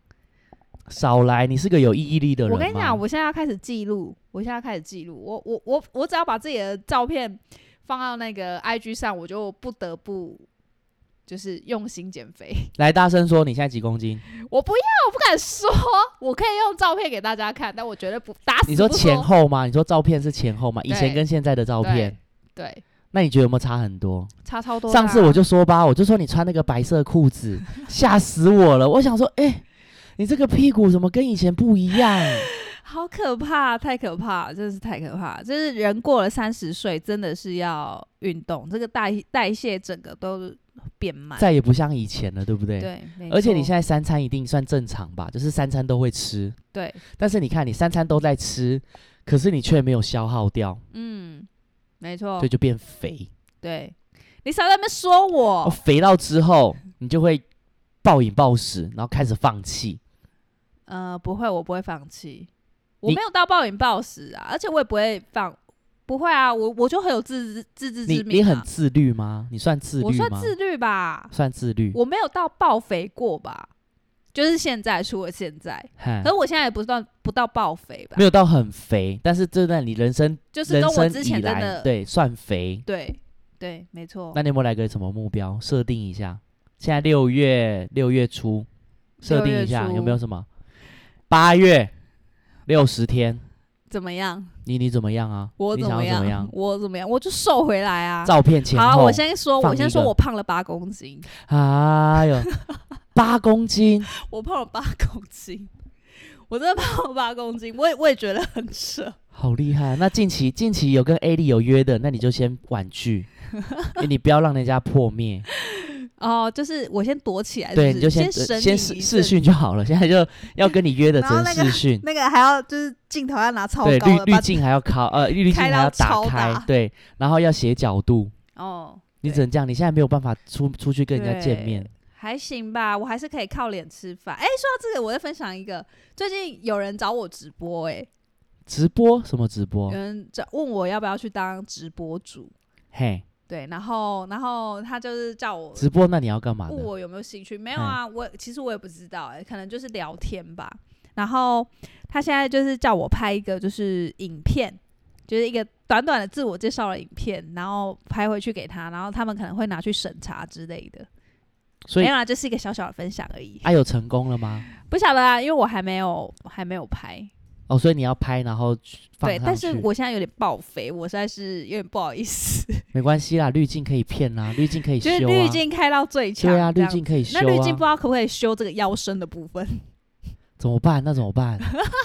[SPEAKER 2] 少来，你是个有毅力的人吗。
[SPEAKER 1] 我跟你讲，我现在要开始记录，我现在要开始记录。我我我我只要把自己的照片放到那个 IG 上，我就不得不就是用心减肥。
[SPEAKER 2] 来大声说，你现在几公斤？
[SPEAKER 1] 我不要，我不敢说，我可以用照片给大家看，但我绝对不打死
[SPEAKER 2] 你说
[SPEAKER 1] 不
[SPEAKER 2] 前后吗？你说照片是前后吗？以前
[SPEAKER 1] 对
[SPEAKER 2] 跟现在的照片，
[SPEAKER 1] 对
[SPEAKER 2] 那你觉得有没有差很多？
[SPEAKER 1] 差超多啦。啊
[SPEAKER 2] 上次我就说吧，我就说你穿那个白色
[SPEAKER 1] [laughs]
[SPEAKER 2] 裤子，吓死我了。我想说，哎、你这个屁股怎么跟以前不一
[SPEAKER 1] [laughs]
[SPEAKER 2] 样？
[SPEAKER 1] 好可怕，太可怕，真的是太可怕。就是人过了三十岁，真的是要运动，这个代代谢整个都变慢。
[SPEAKER 2] 再也不像以前了，对不对？
[SPEAKER 1] 对，没
[SPEAKER 2] 而且你
[SPEAKER 1] 错
[SPEAKER 2] 现在三餐一定算正常吧，就是三餐都会吃，
[SPEAKER 1] 对，
[SPEAKER 2] 但是你看你三餐都在吃，可是你却没有消耗掉，
[SPEAKER 1] 嗯，没错
[SPEAKER 2] 所以，就变肥。
[SPEAKER 1] 对。你少在那边说
[SPEAKER 2] 哦、
[SPEAKER 1] 我，
[SPEAKER 2] 肥到之后，你就会暴饮暴食，然后开始放弃。
[SPEAKER 1] 呃，不会，我不会放弃，我
[SPEAKER 2] 你
[SPEAKER 1] 没有到暴饮暴食啊，而且我也不会放，不会啊，我我就很有自知自知
[SPEAKER 2] 你
[SPEAKER 1] 之
[SPEAKER 2] 你
[SPEAKER 1] 明、
[SPEAKER 2] 很
[SPEAKER 1] 啊，
[SPEAKER 2] 自律吗？你算自律吗？
[SPEAKER 1] 我算自律吧，
[SPEAKER 2] 算自律。
[SPEAKER 1] 我没有到暴肥过吧，就是现在，除了现在，
[SPEAKER 2] 嗨
[SPEAKER 1] 可是我现在也不算不到暴肥吧
[SPEAKER 2] 嗯没，有到很肥，但是这段你人生
[SPEAKER 1] 就是
[SPEAKER 2] 人
[SPEAKER 1] 跟我
[SPEAKER 2] 生
[SPEAKER 1] 之
[SPEAKER 2] 以
[SPEAKER 1] 前真
[SPEAKER 2] 来，
[SPEAKER 1] 的
[SPEAKER 2] 对，算肥。
[SPEAKER 1] 对对，没错
[SPEAKER 2] 那。你有没有来个什么目标设定一下？现在六月六月初，设定一下
[SPEAKER 1] 六月初
[SPEAKER 2] 有没有什么？八月六十天，
[SPEAKER 1] 怎么样？
[SPEAKER 2] 你你怎么样啊？
[SPEAKER 1] 我
[SPEAKER 2] 你
[SPEAKER 1] 怎
[SPEAKER 2] 想
[SPEAKER 1] 么
[SPEAKER 2] 要
[SPEAKER 1] 样？
[SPEAKER 2] 怎么样？
[SPEAKER 1] 我怎么样？我就瘦回来啊！
[SPEAKER 2] 照片前
[SPEAKER 1] 好啊，
[SPEAKER 2] 后，
[SPEAKER 1] 我先说，
[SPEAKER 2] 放
[SPEAKER 1] 我
[SPEAKER 2] 一
[SPEAKER 1] 先说
[SPEAKER 2] 个
[SPEAKER 1] 我胖了八公斤，
[SPEAKER 2] 哎呦，八公斤，
[SPEAKER 1] 我胖了八公斤，我真的胖了八公斤，我也我也觉得很扯。
[SPEAKER 2] 好厉害！啊那近期近期有跟 A 丽有约的，那你就先婉
[SPEAKER 1] [laughs]
[SPEAKER 2] 拒，因为你不要让人家破灭。
[SPEAKER 1] 哦，就是我先躲起来，是
[SPEAKER 2] 对，
[SPEAKER 1] 不
[SPEAKER 2] 你就是先
[SPEAKER 1] 先
[SPEAKER 2] 呃
[SPEAKER 1] 审
[SPEAKER 2] 先
[SPEAKER 1] 理
[SPEAKER 2] 试
[SPEAKER 1] 一
[SPEAKER 2] 试
[SPEAKER 1] 阵
[SPEAKER 2] 训就好了。现在就要跟你约的只
[SPEAKER 1] 然后
[SPEAKER 2] 能
[SPEAKER 1] 那个
[SPEAKER 2] 试训，
[SPEAKER 1] 那个还要就是镜头要拿超
[SPEAKER 2] 对，
[SPEAKER 1] 高
[SPEAKER 2] 滤
[SPEAKER 1] 的，
[SPEAKER 2] 滤
[SPEAKER 1] 把
[SPEAKER 2] 镜还要靠
[SPEAKER 1] [laughs]
[SPEAKER 2] 呃滤滤镜
[SPEAKER 1] 开
[SPEAKER 2] 还
[SPEAKER 1] 到
[SPEAKER 2] 要打
[SPEAKER 1] 超
[SPEAKER 2] 开
[SPEAKER 1] 大，
[SPEAKER 2] 对，然后要斜角度，
[SPEAKER 1] 哦，
[SPEAKER 2] 你
[SPEAKER 1] 对
[SPEAKER 2] 只能这样。你现在没有办法出出去跟人家见面
[SPEAKER 1] 对，还行吧，我还是可以靠脸吃饭。哎、说到这个，我再分享一个，最近有人找我直播、哎、
[SPEAKER 2] 直播什么直播
[SPEAKER 1] 有？人找问我要不要去当直播主，
[SPEAKER 2] 嘿，
[SPEAKER 1] 对，然后然后他就是叫我
[SPEAKER 2] 直播那你要干嘛
[SPEAKER 1] 问
[SPEAKER 2] 呢？
[SPEAKER 1] 我有没有兴趣，没有啊，我其实我也不知道、哎，可能就是聊天吧。然后他现在就是叫我拍一个就是影片，就是一个短短的自我介绍的影片，然后拍回去给他，然后他们可能会拿去审查之类的。
[SPEAKER 2] 所以
[SPEAKER 1] 没有啦，就是一个小小的分享而已。
[SPEAKER 2] 啊，有成功了吗？
[SPEAKER 1] 不晓得啊，因为我还没有还没有拍。
[SPEAKER 2] 哦，所以你要拍，然后去放
[SPEAKER 1] 对，
[SPEAKER 2] 上去。
[SPEAKER 1] 但是我现在有点爆肥，我实在是 [laughs] 有点不好意思。
[SPEAKER 2] 没关系啦，滤镜可以骗啦，滤镜可以修
[SPEAKER 1] 就是
[SPEAKER 2] 啊。
[SPEAKER 1] 滤镜开到最强，
[SPEAKER 2] 对啊，
[SPEAKER 1] 这
[SPEAKER 2] 滤
[SPEAKER 1] 样
[SPEAKER 2] 镜可以修
[SPEAKER 1] 那
[SPEAKER 2] 啊。
[SPEAKER 1] 滤镜不知道可不可以修这个腰身的部分， [laughs]
[SPEAKER 2] 怎么办？那怎么办？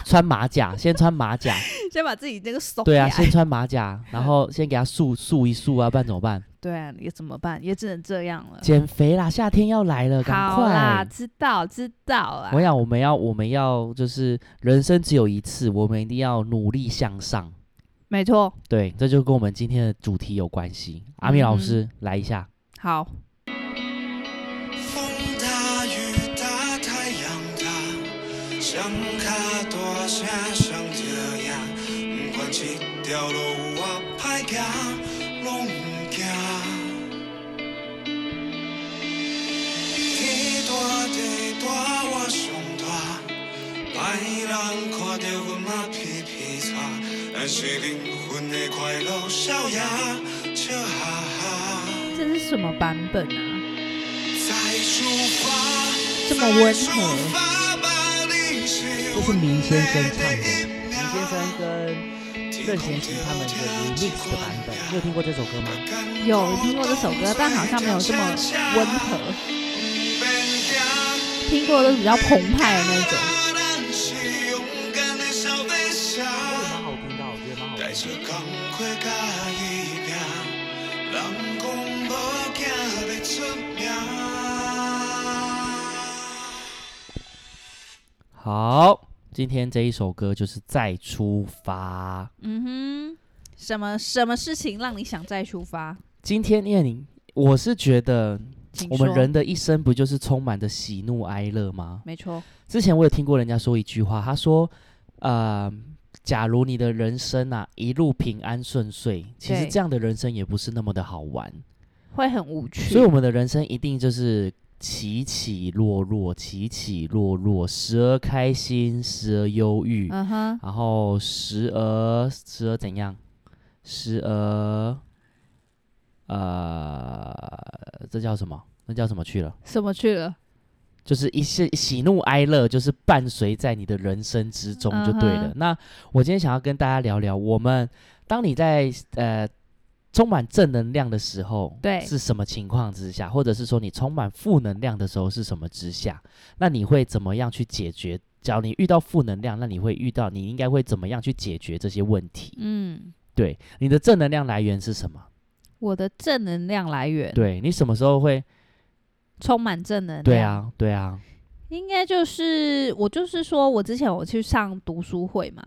[SPEAKER 2] 穿马甲，先穿马
[SPEAKER 1] [laughs]
[SPEAKER 2] 甲。
[SPEAKER 1] 先把自己那个松
[SPEAKER 2] 对啊，
[SPEAKER 1] 起来
[SPEAKER 2] 先穿马甲，然后先给它束束一束啊，不然怎么办？
[SPEAKER 1] 对啊，也怎么办？也只能这样了。
[SPEAKER 2] 减肥啦，夏天要来了，赶
[SPEAKER 1] 好啦，
[SPEAKER 2] 快！
[SPEAKER 1] 知道知道啊
[SPEAKER 2] 我。想我们要我们要就是人生只有一次，我们一定要努力向上。
[SPEAKER 1] 没错，
[SPEAKER 2] 对，这就跟我们今天的主题有关系。阿米老
[SPEAKER 1] 嗯
[SPEAKER 2] 师、来一下，
[SPEAKER 1] 好，
[SPEAKER 3] 风大雨大，太阳大，想卡多下想跳呀，不嗯管一条路有我歹行，拢唔惊。天大地大，我上大，歹人看着阮嘛皮皮叉，但是灵魂的快乐笑呀笑哈哈。
[SPEAKER 1] 这是什么版本啊？
[SPEAKER 3] 再出发。
[SPEAKER 1] 这么温和，
[SPEAKER 3] 这
[SPEAKER 2] 这是林先生唱的，林先生跟任贤齐他们的 remix 的版本，你有听过这首歌吗？
[SPEAKER 1] 有听过这首歌，但好像没有这么温和，听过都是比较澎湃的那种。
[SPEAKER 2] 我觉得蛮好听的，我觉得蛮好
[SPEAKER 3] 带着
[SPEAKER 2] 听的。
[SPEAKER 3] 工课甲伊拼，人讲无囝要出名。
[SPEAKER 2] 好，今天这一首歌就是《再出发》。
[SPEAKER 1] 嗯哼，什么什么事情让你想再出发？
[SPEAKER 2] 今天叶宁，我是觉得
[SPEAKER 1] 请
[SPEAKER 2] 我们
[SPEAKER 1] 说
[SPEAKER 2] 人的一生不就是充满着喜怒哀乐吗？
[SPEAKER 1] 没错，
[SPEAKER 2] 之前我有听过人家说一句话，他说：“呃，假如你的人生啊一路平安顺遂，其实
[SPEAKER 1] 对
[SPEAKER 2] 这样的人生也不是那么的好玩。”
[SPEAKER 1] 会很无趣。
[SPEAKER 2] 所以我们的人生一定就是起起落落，起起落落，时而开心，时而忧郁，
[SPEAKER 1] 嗯哼，
[SPEAKER 2] 然后时而时而怎样，时而呃，这叫什么？那叫什么去了？
[SPEAKER 1] 什么去了？
[SPEAKER 2] 就是一些喜怒哀乐，就是伴随在你的人生之中就对了。
[SPEAKER 1] 嗯哼
[SPEAKER 2] 那我今天想要跟大家聊聊，我们当你在呃充满正能量的时候，
[SPEAKER 1] 对
[SPEAKER 2] 是什么情况之下，或者是说你充满负能量的时候是什么之下，那你会怎么样去解决？假如你遇到负能量，那你会遇到，你应该会怎么样去解决这些问题？
[SPEAKER 1] 嗯，
[SPEAKER 2] 对，你的正能量来源是什么？
[SPEAKER 1] 我的正能量来源
[SPEAKER 2] 对你什么时候会？
[SPEAKER 1] 充满正能量。
[SPEAKER 2] 对，啊，对啊，
[SPEAKER 1] 应该就是我就是说我之前我去上读书会嘛，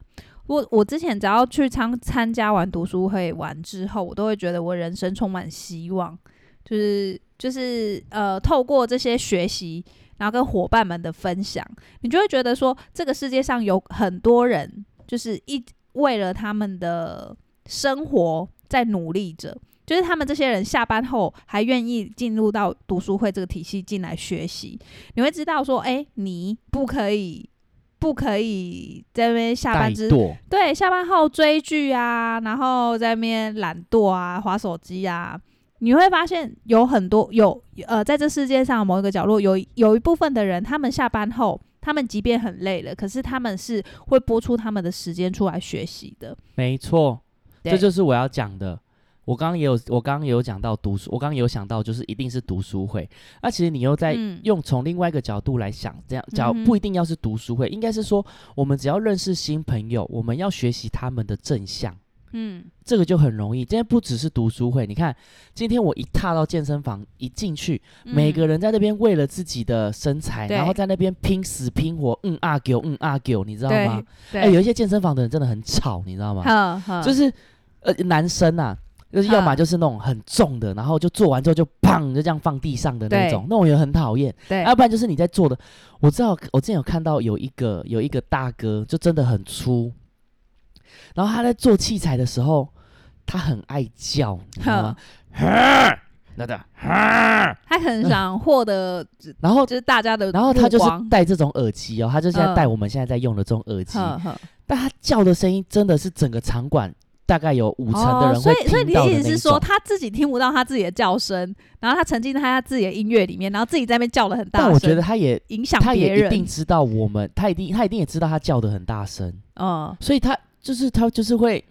[SPEAKER 1] 我我之前只要去参参加完读书会完之后，我都会觉得我人生充满希望，就是就是呃，透过这些学习，然后跟伙伴们的分享，你就会觉得说这个世界上有很多人就是一为了他们的生活在努力着。就是他们这些人下班后还愿意进入到读书会这个体系进来学习，你会知道说，哎、你不可以，不可以在那边下
[SPEAKER 2] 怠
[SPEAKER 1] 班之
[SPEAKER 2] 惰，
[SPEAKER 1] 对，下班后追剧啊，然后在那边懒惰啊，划手机啊，你会发现有很多有呃，在这世界上某一个角落有有一部分的人，他们下班后，他们即便很累了，可是他们是会拨出他们的时间出来学习的。
[SPEAKER 2] 没错。
[SPEAKER 1] 对
[SPEAKER 2] 这就是我要讲的。我刚刚也有，我刚刚也有讲到读书，我刚刚也有想到，就是一定是读书会。那、其实你又在
[SPEAKER 1] 嗯
[SPEAKER 2] 用从另外一个角度来想，这样角、
[SPEAKER 1] 嗯哼
[SPEAKER 2] 不一定要是读书会，应该是说我们只要认识新朋友，我们要学习他们的正向，
[SPEAKER 1] 嗯，
[SPEAKER 2] 这个就很容易。今天不只是读书会，你看今天我一踏到健身房一进去，每个
[SPEAKER 1] 人
[SPEAKER 2] 人在那边为了自己的身
[SPEAKER 1] 嗯
[SPEAKER 2] 材，
[SPEAKER 1] 对
[SPEAKER 2] 然后在那边拼死拼活，嗯啊狗嗯啊狗，你知道
[SPEAKER 1] 对
[SPEAKER 2] 吗？哎、有
[SPEAKER 1] 对，
[SPEAKER 2] 一些健身房的人真的很吵，你知道吗？
[SPEAKER 1] 呵呵
[SPEAKER 2] 就是呃男生啊，就是要么
[SPEAKER 1] 嗯
[SPEAKER 2] 就是那种很重的，然后就做完之后就砰就这样放地上的那
[SPEAKER 1] 对
[SPEAKER 2] 种，那种也很讨厌。啊
[SPEAKER 1] 对，
[SPEAKER 2] 要不然就是你在做的，我知道我之前有看到有一个有一个大哥就真的很粗，然后他在做器材的时候，他很爱叫，你知道吗？ [laughs] 那的，
[SPEAKER 1] 他很想获得
[SPEAKER 2] 然后
[SPEAKER 1] 就是大家的目
[SPEAKER 2] 然
[SPEAKER 1] 光，
[SPEAKER 2] 后他就是戴这种耳机哦，他就现在
[SPEAKER 1] 嗯
[SPEAKER 2] 戴我们现在在用的这种耳机，
[SPEAKER 1] 呵呵
[SPEAKER 2] 但他叫的声音真的是整个场馆。大概有五成的
[SPEAKER 1] 哦，
[SPEAKER 2] 人
[SPEAKER 1] 所
[SPEAKER 2] 会
[SPEAKER 1] 以所以你
[SPEAKER 2] 听到
[SPEAKER 1] 的
[SPEAKER 2] 的那
[SPEAKER 1] 意
[SPEAKER 2] 一
[SPEAKER 1] 思
[SPEAKER 2] 种。
[SPEAKER 1] 是说，他自己听不到他自己的叫声，然后他沉浸在他自己的音乐里面，然后自己在那边叫的很大
[SPEAKER 2] 但
[SPEAKER 1] 声，
[SPEAKER 2] 我觉得他也
[SPEAKER 1] 影响
[SPEAKER 2] 他
[SPEAKER 1] 别
[SPEAKER 2] 也一定
[SPEAKER 1] 人。
[SPEAKER 2] 知道我们，他一定他一定也知道他叫的很大声，
[SPEAKER 1] 嗯，
[SPEAKER 2] 所以他就是他就是会，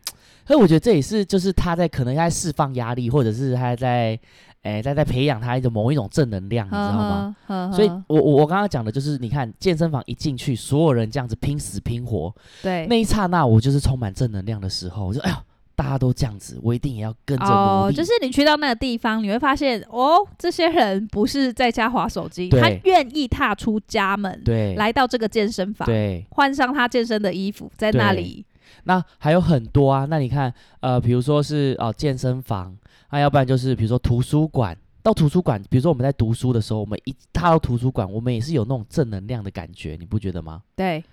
[SPEAKER 2] 所以我觉得这也是就是他在可能他在释放压力，或者是他在哎、在在培养他的某一种正能量，你知道
[SPEAKER 1] 啊
[SPEAKER 2] 吗？
[SPEAKER 1] 呵呵？
[SPEAKER 2] 所以我，我我刚刚讲的就是，你看健身房一进去，所有人这样子拼死拼活，
[SPEAKER 1] 对
[SPEAKER 2] 那一刹那我就是充满正能量的时候，我就哎呦，大家都这样子，我一定也要跟着努
[SPEAKER 1] 哦，
[SPEAKER 2] 力。
[SPEAKER 1] 就是你去到那个地方，你会发现哦，这些人不是在家划手机，
[SPEAKER 2] 对
[SPEAKER 1] 他愿意踏出家门，
[SPEAKER 2] 对，
[SPEAKER 1] 来到这个健身房，
[SPEAKER 2] 对，
[SPEAKER 1] 换上他健身的衣服，在那里，
[SPEAKER 2] 那还有很多啊。那你看，呃，比如说是哦、健身房，那要不然就是比如说图书馆。到图书馆，比如说我们在读书的时候，我们一踏到图书馆，我们也是有那种正能量的感觉，你不觉得吗？
[SPEAKER 1] 对，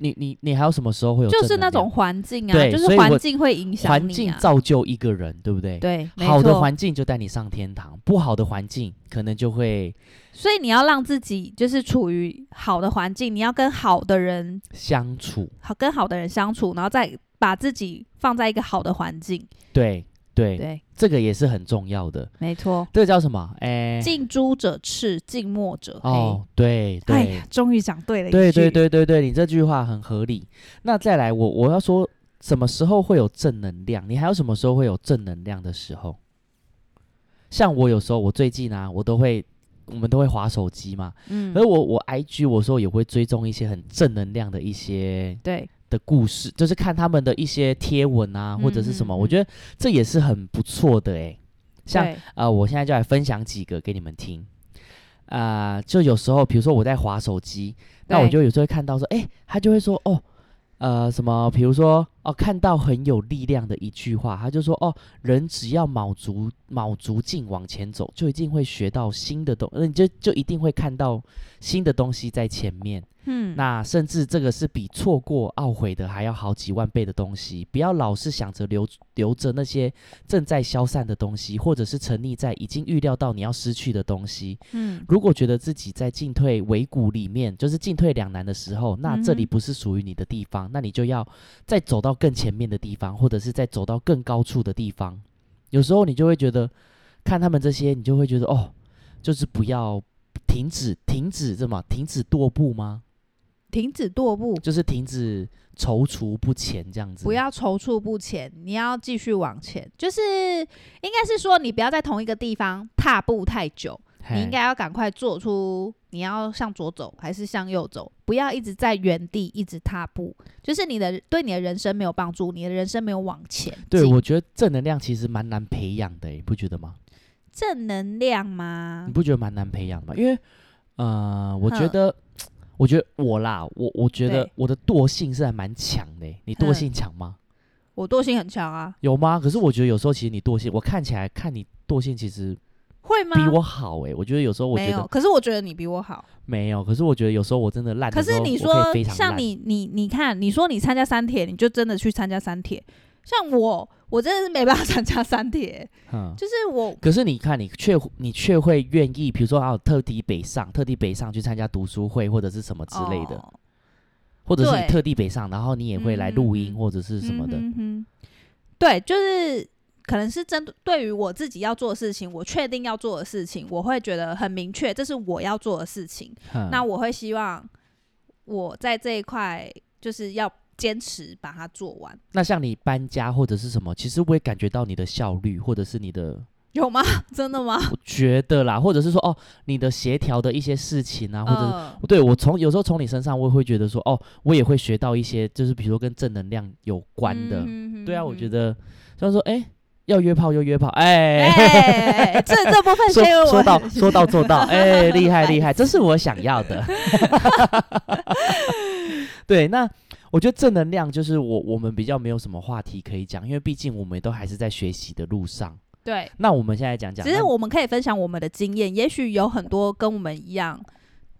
[SPEAKER 2] 你你你还有什么时候会有
[SPEAKER 1] 就
[SPEAKER 2] 正能量？
[SPEAKER 1] 是那种环境啊，
[SPEAKER 2] 对
[SPEAKER 1] 就是
[SPEAKER 2] 所以我
[SPEAKER 1] 环境会影响
[SPEAKER 2] 环
[SPEAKER 1] 你
[SPEAKER 2] 境
[SPEAKER 1] 啊，
[SPEAKER 2] 造就一个人，对不对？
[SPEAKER 1] 对，没
[SPEAKER 2] 好的
[SPEAKER 1] 错。
[SPEAKER 2] 环境就带你上天堂，不好的环境可能就会
[SPEAKER 1] 所以你要让自己就是处于好的环境，你要跟好的人
[SPEAKER 2] 相处。
[SPEAKER 1] 好跟好的人相处，然后再把自己放在一个好的环境。
[SPEAKER 2] 对对，
[SPEAKER 1] 对，
[SPEAKER 2] 这个也是很重要的。
[SPEAKER 1] 没错。
[SPEAKER 2] 这个叫什么？哎、
[SPEAKER 1] 近朱者赤，近墨者黑。
[SPEAKER 2] 哦，对对、
[SPEAKER 1] 哎呀，终于讲对了一
[SPEAKER 2] 对
[SPEAKER 1] 句。
[SPEAKER 2] 对对对对，你这句话很合理。那再来我，我要说什么时候会有正能量？你还有什么时候会有正能量的时候？像我有时候，我最近啊，我都会，我们都会划手机嘛。
[SPEAKER 1] 嗯
[SPEAKER 2] 而，我我 IG 我说也会追踪一些很正能量的一些
[SPEAKER 1] 对，
[SPEAKER 2] 的故事，就是看他们的一些贴文啊，或者是什
[SPEAKER 1] 嗯
[SPEAKER 2] 么，
[SPEAKER 1] 嗯
[SPEAKER 2] 我觉得这也是很不错的诶。像
[SPEAKER 1] 对
[SPEAKER 2] 啊，我现在就来分享几个给你们听。啊、就有时候，比如说我在划手机，那我
[SPEAKER 1] 对
[SPEAKER 2] 就有时候会看到说，哎、他就会说，哦，呃，什么，比如说，哦，看到很有力量的一句话，他就说，哦，人只要卯足卯足劲往前走，就一定会学到新的东，呃、你就就一定会看到新的东西在前面。
[SPEAKER 1] 嗯，
[SPEAKER 2] 那甚至这个是比错过、懊悔的还要好几万倍的东西。不要老是想着留留着那些正在消散的东西，或者是沉溺在已经预料到你要失去的东西。
[SPEAKER 1] 嗯
[SPEAKER 2] 如果觉得自己在进退维谷里面，就是进退两难的时候，那这里
[SPEAKER 1] 嗯哼
[SPEAKER 2] 不是属于你的地方，那你就要再走到更前面的地方，或者是再走到更高处的地方。有时候你就会觉得，看他们这些，你就会觉得哦，就是不要停止，停止这么停止跺步吗？
[SPEAKER 1] 停止跺步，
[SPEAKER 2] 就是停止踌躇不前这样子。
[SPEAKER 1] 不要踌躇不前，你要继续往前。就是应该是说，你不要在同一个地方踏步太久，
[SPEAKER 2] 嘿，
[SPEAKER 1] 你应该要赶快做出你要向左走还是向右走，不要一直在原地一直踏步，就是你的对你的人生没有帮助，你的人生没有往前进。
[SPEAKER 2] 对我觉得正能量其实蛮难培养的，你不觉得吗？
[SPEAKER 1] 正能量吗
[SPEAKER 2] 你？不觉得蛮难培养吗？因为呃，我觉
[SPEAKER 1] 哼
[SPEAKER 2] 得，我觉得我啦，我我觉
[SPEAKER 1] 嗯对
[SPEAKER 2] 得
[SPEAKER 1] 嗯
[SPEAKER 2] 我的惰性是还蛮强的。欸你惰
[SPEAKER 1] 哼
[SPEAKER 2] 性强吗？
[SPEAKER 1] 我惰性很强啊，
[SPEAKER 2] 有吗？可是我觉得有时候其实你惰性，我看起来看你惰性其实
[SPEAKER 1] 会吗？
[SPEAKER 2] 比我好哎。我觉得有时候我觉
[SPEAKER 1] 没有，
[SPEAKER 2] 得
[SPEAKER 1] 可是我觉得你比我好。
[SPEAKER 2] 没有，可是我觉得有时候我真的烂
[SPEAKER 1] 可
[SPEAKER 2] 的时
[SPEAKER 1] 是
[SPEAKER 2] 候。
[SPEAKER 1] 你
[SPEAKER 2] 我可以
[SPEAKER 1] 说
[SPEAKER 2] 非常
[SPEAKER 1] 像
[SPEAKER 2] 烂
[SPEAKER 1] 你你你看，你说你参加三铁，你就真的去参加三铁。像我，我真的是没办法参加三铁，
[SPEAKER 2] 嗯
[SPEAKER 1] 就是我
[SPEAKER 2] 可是你看，你却你却会愿意，比如说啊，特地北上，特地北上去参加读书会或者是什么之类的，
[SPEAKER 1] 哦
[SPEAKER 2] 或者是你
[SPEAKER 1] 对
[SPEAKER 2] 特地北上，然后你也会来录音
[SPEAKER 1] 嗯
[SPEAKER 2] 或者是什么的。
[SPEAKER 1] 嗯哼哼对，就是可能是针对对于我自己要做的事情，我确定要做的事情，我会觉得很明确，这是我要做的事情。
[SPEAKER 2] 哼
[SPEAKER 1] 嗯那我会希望我在这一块就是要坚持把它做完，
[SPEAKER 2] 那像你搬家或者是什么，其实我也感觉到你的效率，或者是你的，
[SPEAKER 1] 有吗？ [laughs] 真的吗？
[SPEAKER 2] 我觉得啦，或者是说哦，你的协调的一些事情啊，或者是。
[SPEAKER 1] 嗯
[SPEAKER 2] 对我从有时候从你身上，我也会觉得说，哦，我也会学到一些，就是比如说跟正能量有关的。
[SPEAKER 1] 嗯哼
[SPEAKER 2] 对啊，
[SPEAKER 1] 哼
[SPEAKER 2] 我
[SPEAKER 1] 哼
[SPEAKER 2] 觉得虽然说，哎，要约炮就约炮， [laughs] 哎，
[SPEAKER 1] 哎，这这部 [laughs] 分
[SPEAKER 2] 说
[SPEAKER 1] 是因为我
[SPEAKER 2] 说到说到做到，哎、厉害厉害，这是我想要的。 [laughs] 对，那我觉得正能量就是我我们比较没有什么话题可以讲，因为毕竟我们都还是在学习的路上。
[SPEAKER 1] 对，
[SPEAKER 2] 那我们现在讲讲，
[SPEAKER 1] 只是
[SPEAKER 2] 那
[SPEAKER 1] 我们可以分享我们的经验，也许有很多跟我们一样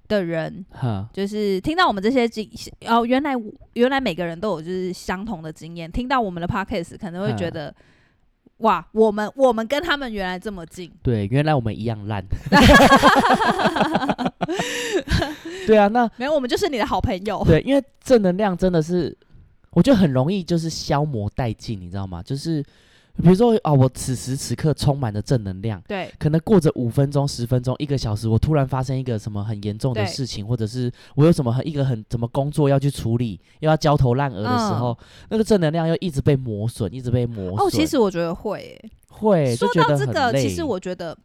[SPEAKER 1] 的人，
[SPEAKER 2] 哈，
[SPEAKER 1] 就是听到我们这些经哦，原来我原来每个人都有就是相同的经验，听到我们的 podcast 可能会
[SPEAKER 2] 嗯
[SPEAKER 1] 觉得。哇，我们我们跟他们原来这么近，
[SPEAKER 2] 对，原来我们一样
[SPEAKER 1] [laughs]
[SPEAKER 2] 烂。对啊，那啊
[SPEAKER 1] 没有，我们就是你的好朋友。
[SPEAKER 2] 对，因为正能量真的是我觉得很容易就是消磨殆尽，你知道吗？就是比如说啊，我此时此刻充满了正能量，
[SPEAKER 1] 对
[SPEAKER 2] 可能过着五分钟、十分钟、一个小时，我突然发生一个什么很严重的
[SPEAKER 1] 对
[SPEAKER 2] 事情，或者是我有什么很一个很怎么工作要去处理，又要焦头烂额的时
[SPEAKER 1] 嗯
[SPEAKER 2] 候，那个正能量又一直被磨损，一直被磨损。
[SPEAKER 1] 哦，其实我觉得会耶、
[SPEAKER 2] 会
[SPEAKER 1] 说
[SPEAKER 2] 就觉
[SPEAKER 1] 到
[SPEAKER 2] 得
[SPEAKER 1] 这
[SPEAKER 2] 很
[SPEAKER 1] 个，其
[SPEAKER 2] 累
[SPEAKER 1] 实我觉得，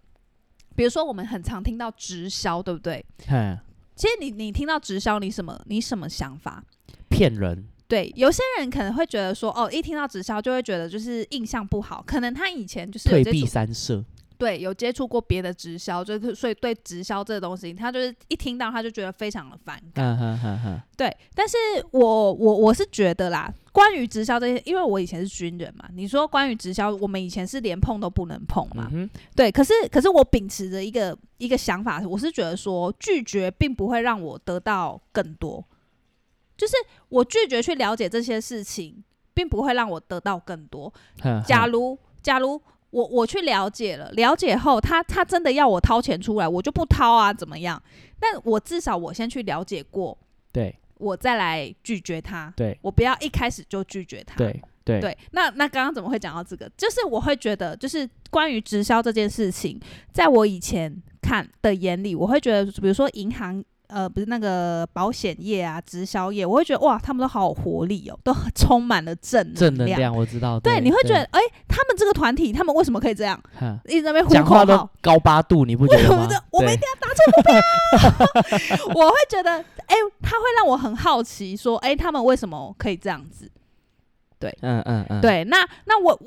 [SPEAKER 1] 比如说我们很常听到直销，对不对？
[SPEAKER 2] 哼
[SPEAKER 1] 其实你你听到直销，你什么你什么想法？
[SPEAKER 2] 骗人，
[SPEAKER 1] 对，有些人可能会觉得说，哦，一听到直销就会觉得就是印象不好，可能他以前就是有
[SPEAKER 2] 退
[SPEAKER 1] 接
[SPEAKER 2] 避
[SPEAKER 1] 触
[SPEAKER 2] 三舍。
[SPEAKER 1] 对有接触过别的直销，就是所以对直销这个东西，他就是一听到他就觉得非常的反感。
[SPEAKER 2] 嗯哼哼哼，
[SPEAKER 1] 对，但是我我我是觉得啦，关于直销这些，因为我以前是军人嘛，你说关于直销，我们以前是连碰都不能碰嘛，
[SPEAKER 2] 嗯哼，
[SPEAKER 1] 对，可是可是我秉持着一个一个想法，我是觉得说拒绝并不会让我得到更多，就是我拒绝去了解这些事情，并不会让我得到更多。
[SPEAKER 2] 嗯哼哼
[SPEAKER 1] 假如假如我我去了解了，了解后他他真的要我掏钱出来，我就不掏啊，怎么样？但我至少我先去了解过，
[SPEAKER 2] 对
[SPEAKER 1] 我再来拒绝他。
[SPEAKER 2] 对
[SPEAKER 1] 我不要一开始就拒绝他。
[SPEAKER 2] 对对
[SPEAKER 1] 对，那那刚刚怎么会讲到这个？就是我会觉得，就是关于直销这件事情，在我以前看的眼里，我会觉得，比如说银行。呃，不是那个保险业啊，直销业，我会觉得哇，他们都好有活力哦，都充满了正能
[SPEAKER 2] 正能量我知道。
[SPEAKER 1] 对，你会觉
[SPEAKER 2] 对
[SPEAKER 1] 得哎、他们这个团体，他们为什么可以这样？
[SPEAKER 2] 哼
[SPEAKER 1] 一直在那边呼
[SPEAKER 2] 讲话
[SPEAKER 1] 口
[SPEAKER 2] 都
[SPEAKER 1] 号，
[SPEAKER 2] 高八度，你不觉
[SPEAKER 1] [laughs]
[SPEAKER 2] 得
[SPEAKER 1] 我
[SPEAKER 2] 吗
[SPEAKER 1] 们这？我们
[SPEAKER 2] 对
[SPEAKER 1] 一定我会觉得哎、他会让我很好奇，说哎、他们为什么可以这样子？
[SPEAKER 2] 嗯嗯嗯，
[SPEAKER 1] 对，那那我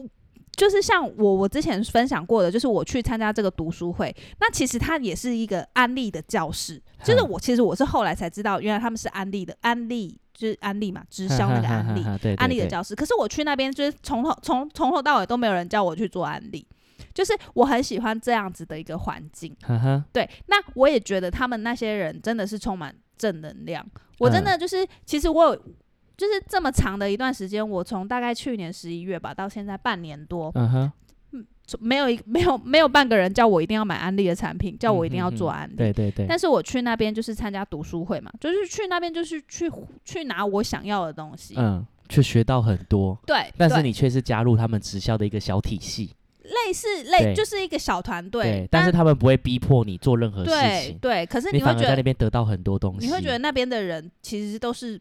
[SPEAKER 1] 就是像我我之前分享过的，就是我去参加这个读书会，那其实它也是一个安利的教室，就是
[SPEAKER 2] 嗯
[SPEAKER 1] 我其实我是后来才知道，原来他们是安利的，安利就是安利嘛，直
[SPEAKER 2] 哼，
[SPEAKER 1] 销
[SPEAKER 2] [laughs]
[SPEAKER 1] 那个
[SPEAKER 2] 哼
[SPEAKER 1] 安利，，
[SPEAKER 2] 哼哼对
[SPEAKER 1] 安利的
[SPEAKER 2] 对
[SPEAKER 1] 教室。可是我去那边就是从头从从头到尾都没有人叫我去做安利。就是我很喜欢这样子的一个环境，
[SPEAKER 2] 对嗯哼哼
[SPEAKER 1] 对，那我也觉得他们那些人真的是充满正能量。我真
[SPEAKER 2] 嗯
[SPEAKER 1] 的就是，其实我有就是这么长的一段时间，我从大概去年十一月吧到现在半年多，
[SPEAKER 2] 嗯哼，
[SPEAKER 1] 从没有一没有没有半个人叫我一定要买安利的产品，叫我一定要做
[SPEAKER 2] 嗯哼哼
[SPEAKER 1] 安利。
[SPEAKER 2] 对对对，
[SPEAKER 1] 但是我去那边就是参加读书会嘛，就是去那边就是去去拿我想要的东西。
[SPEAKER 2] 嗯，却学到很多。
[SPEAKER 1] 对，
[SPEAKER 2] 但是
[SPEAKER 1] 对
[SPEAKER 2] 你却是加入他们直销的一个小体系，
[SPEAKER 1] 类似类
[SPEAKER 2] 对
[SPEAKER 1] 就是一个小团队，
[SPEAKER 2] 但是他们不会逼迫你做任何事
[SPEAKER 1] 对
[SPEAKER 2] 情，
[SPEAKER 1] 对，可是
[SPEAKER 2] 你
[SPEAKER 1] 会
[SPEAKER 2] 反而
[SPEAKER 1] 觉
[SPEAKER 2] 在
[SPEAKER 1] 得
[SPEAKER 2] 那边得到很多东西，
[SPEAKER 1] 你会觉得那边的人其实都是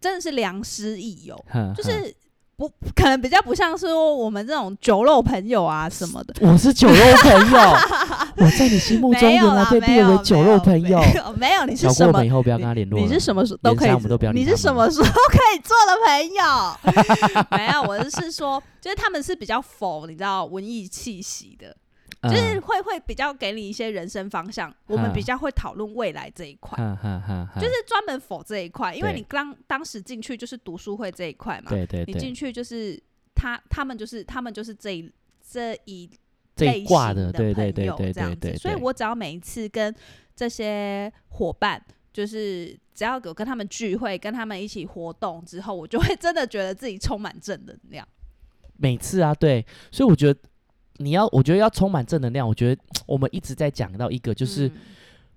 [SPEAKER 1] 真的是良师益友，
[SPEAKER 2] 嗯哼，
[SPEAKER 1] 就
[SPEAKER 2] 哼
[SPEAKER 1] 是不可能比较不像是说我们这种酒肉朋友啊什么的。
[SPEAKER 2] 我是酒肉朋友，我在你心目中
[SPEAKER 1] 没有
[SPEAKER 2] 原来
[SPEAKER 1] 啦，
[SPEAKER 2] 被
[SPEAKER 1] 没
[SPEAKER 2] 列
[SPEAKER 1] 有
[SPEAKER 2] 为酒肉朋友。
[SPEAKER 1] 没有，没有你是
[SPEAKER 2] 小
[SPEAKER 1] 什
[SPEAKER 2] 郭，我
[SPEAKER 1] 么
[SPEAKER 2] 们以？后不要跟他联络了。
[SPEAKER 1] 你是什么时候都可以
[SPEAKER 2] 啊连上我们都不要理
[SPEAKER 1] 你
[SPEAKER 2] 他们
[SPEAKER 1] 是什么时候可以做的朋友？ [laughs] 没有，我是说，就是他们是比较否你知道文艺气息的，
[SPEAKER 2] 嗯
[SPEAKER 1] 就是会会比较给你一些人生方向。我们
[SPEAKER 2] 嗯
[SPEAKER 1] 比较会讨论未来这一块。
[SPEAKER 2] 哼哼哼哼，
[SPEAKER 1] 就是专门否这一块，因为
[SPEAKER 2] 嗯对
[SPEAKER 1] 你刚当时进去就是读书会这一块嘛，
[SPEAKER 2] 对对
[SPEAKER 1] 你进
[SPEAKER 2] 对，
[SPEAKER 1] 去就是他他们就是他们就是这一这一
[SPEAKER 2] 这
[SPEAKER 1] 类
[SPEAKER 2] 一挂
[SPEAKER 1] 型
[SPEAKER 2] 的，
[SPEAKER 1] 朋
[SPEAKER 2] 对
[SPEAKER 1] 友
[SPEAKER 2] 对对对
[SPEAKER 1] 这样
[SPEAKER 2] 对
[SPEAKER 1] 子，
[SPEAKER 2] 对，
[SPEAKER 1] 所以我只要每一次跟这些伙伴。就是只要有跟他们聚会，跟他们一起活动之后，我就会真的觉得自己充满正能量。
[SPEAKER 2] 每次啊，对，所以我觉得你要，我觉得要充满正能量。我觉得我们一直在讲到一个，就是
[SPEAKER 1] 嗯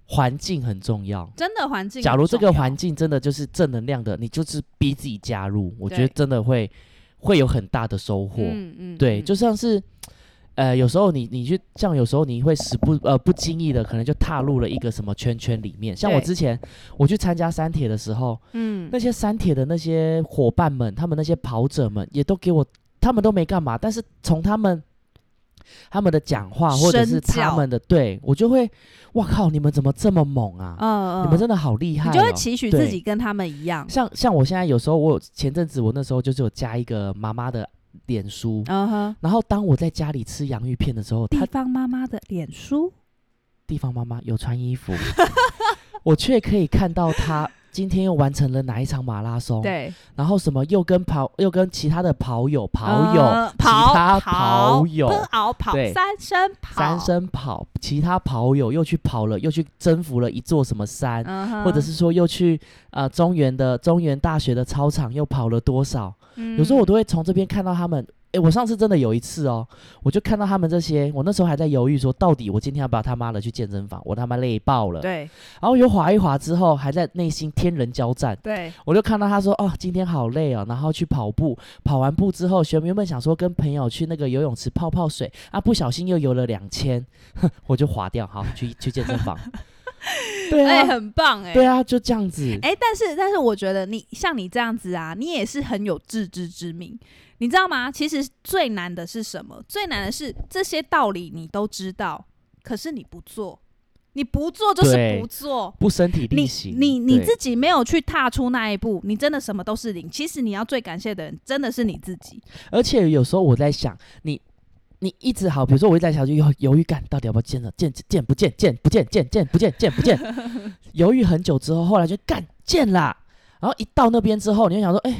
[SPEAKER 2] 环境很重要。
[SPEAKER 1] 真的环境很重要。
[SPEAKER 2] 假如这个环境真的就是正能量的，你就是逼自己加入，我觉得
[SPEAKER 1] 对
[SPEAKER 2] 真的会会有很大的收获。
[SPEAKER 1] 嗯嗯，
[SPEAKER 2] 对，
[SPEAKER 1] 嗯
[SPEAKER 2] 就像是。呃，有时候你你去像有时候你会时不呃不经意的，可能就踏入了一个什么圈圈里面。像我
[SPEAKER 1] 对
[SPEAKER 2] 之前我去参加三铁的时候，
[SPEAKER 1] 嗯
[SPEAKER 2] 那些山铁的那些伙伴们，他们那些跑者们，也都给我，他们都没干嘛，但是从他们他们的讲话或者是
[SPEAKER 1] 身教
[SPEAKER 2] 他们的对我就会，哇靠，你们怎么这么猛啊？
[SPEAKER 1] 嗯，
[SPEAKER 2] 你们真
[SPEAKER 1] 的，
[SPEAKER 2] 的好厉害、哦！
[SPEAKER 1] 你就会期许自
[SPEAKER 2] 对
[SPEAKER 1] 己跟他们一样。
[SPEAKER 2] 像像我现在有时候，我有前阵子我那时候就是有加一个妈妈的脸书，
[SPEAKER 1] 嗯哼，
[SPEAKER 2] 然后当我在家里吃洋芋片的时候，
[SPEAKER 1] 地
[SPEAKER 2] 她
[SPEAKER 1] 方妈妈的脸书，
[SPEAKER 2] 地方妈妈有穿衣服，我却可以看到她今天又完成了哪一场马拉
[SPEAKER 1] [laughs]
[SPEAKER 2] 松。
[SPEAKER 1] 对，
[SPEAKER 2] 然后什么又跟跑又跟其他的跑友跑友、
[SPEAKER 1] 呃
[SPEAKER 2] 其
[SPEAKER 1] 跑
[SPEAKER 2] 他跑友
[SPEAKER 1] 奔熬跑
[SPEAKER 2] 对
[SPEAKER 1] 三声跑
[SPEAKER 2] 三，生跑，其他跑友又去跑了，又去征服了一座什么山，
[SPEAKER 1] 嗯哼
[SPEAKER 2] 或者是说又去呃中原的中原大学的操场又跑了多少？
[SPEAKER 1] 嗯
[SPEAKER 2] 有时候我都会从这边看到他们。诶，我上次真的有一次哦，我就看到他们这些，我那时候还在犹豫说，到底我今天要不要他妈的去健身房，我他妈累爆了。
[SPEAKER 1] 对
[SPEAKER 2] 然后又滑一滑之后，还在内心天人交战。
[SPEAKER 1] 对，
[SPEAKER 2] 我就看到他说：“哦，今天好累哦。”然后去跑步，跑完步之后，学原本想说跟朋友去那个游泳池泡泡水啊，不小心又游了两千， [laughs] 哼我就划掉，好去去健身
[SPEAKER 1] [laughs]
[SPEAKER 2] 房。对
[SPEAKER 1] 哎、
[SPEAKER 2] 啊，
[SPEAKER 1] 很棒哎、
[SPEAKER 2] 对啊，就这样子。
[SPEAKER 1] 哎、但是但是，我觉得你像你这样子啊，你也是很有自知之明，你知道吗？其实最难的是什么？最难的是这些道理你都知道，可是你不做，你不做就是
[SPEAKER 2] 对
[SPEAKER 1] 不做。
[SPEAKER 2] 不身体
[SPEAKER 1] 你
[SPEAKER 2] 力行，
[SPEAKER 1] 你你
[SPEAKER 2] 对
[SPEAKER 1] 自己没有去踏出那一步，你真的什么都是零。其实你要最感谢的人，真的是你自己。
[SPEAKER 2] 而且有时候我在想，你你一直好，比如说我一直在想，就犹犹豫感到底要不要见了，见见不见，见不见，见见不见，见不见，犹豫很久之后，后来就干见啦，然后一到那边之后，你就想说，哎、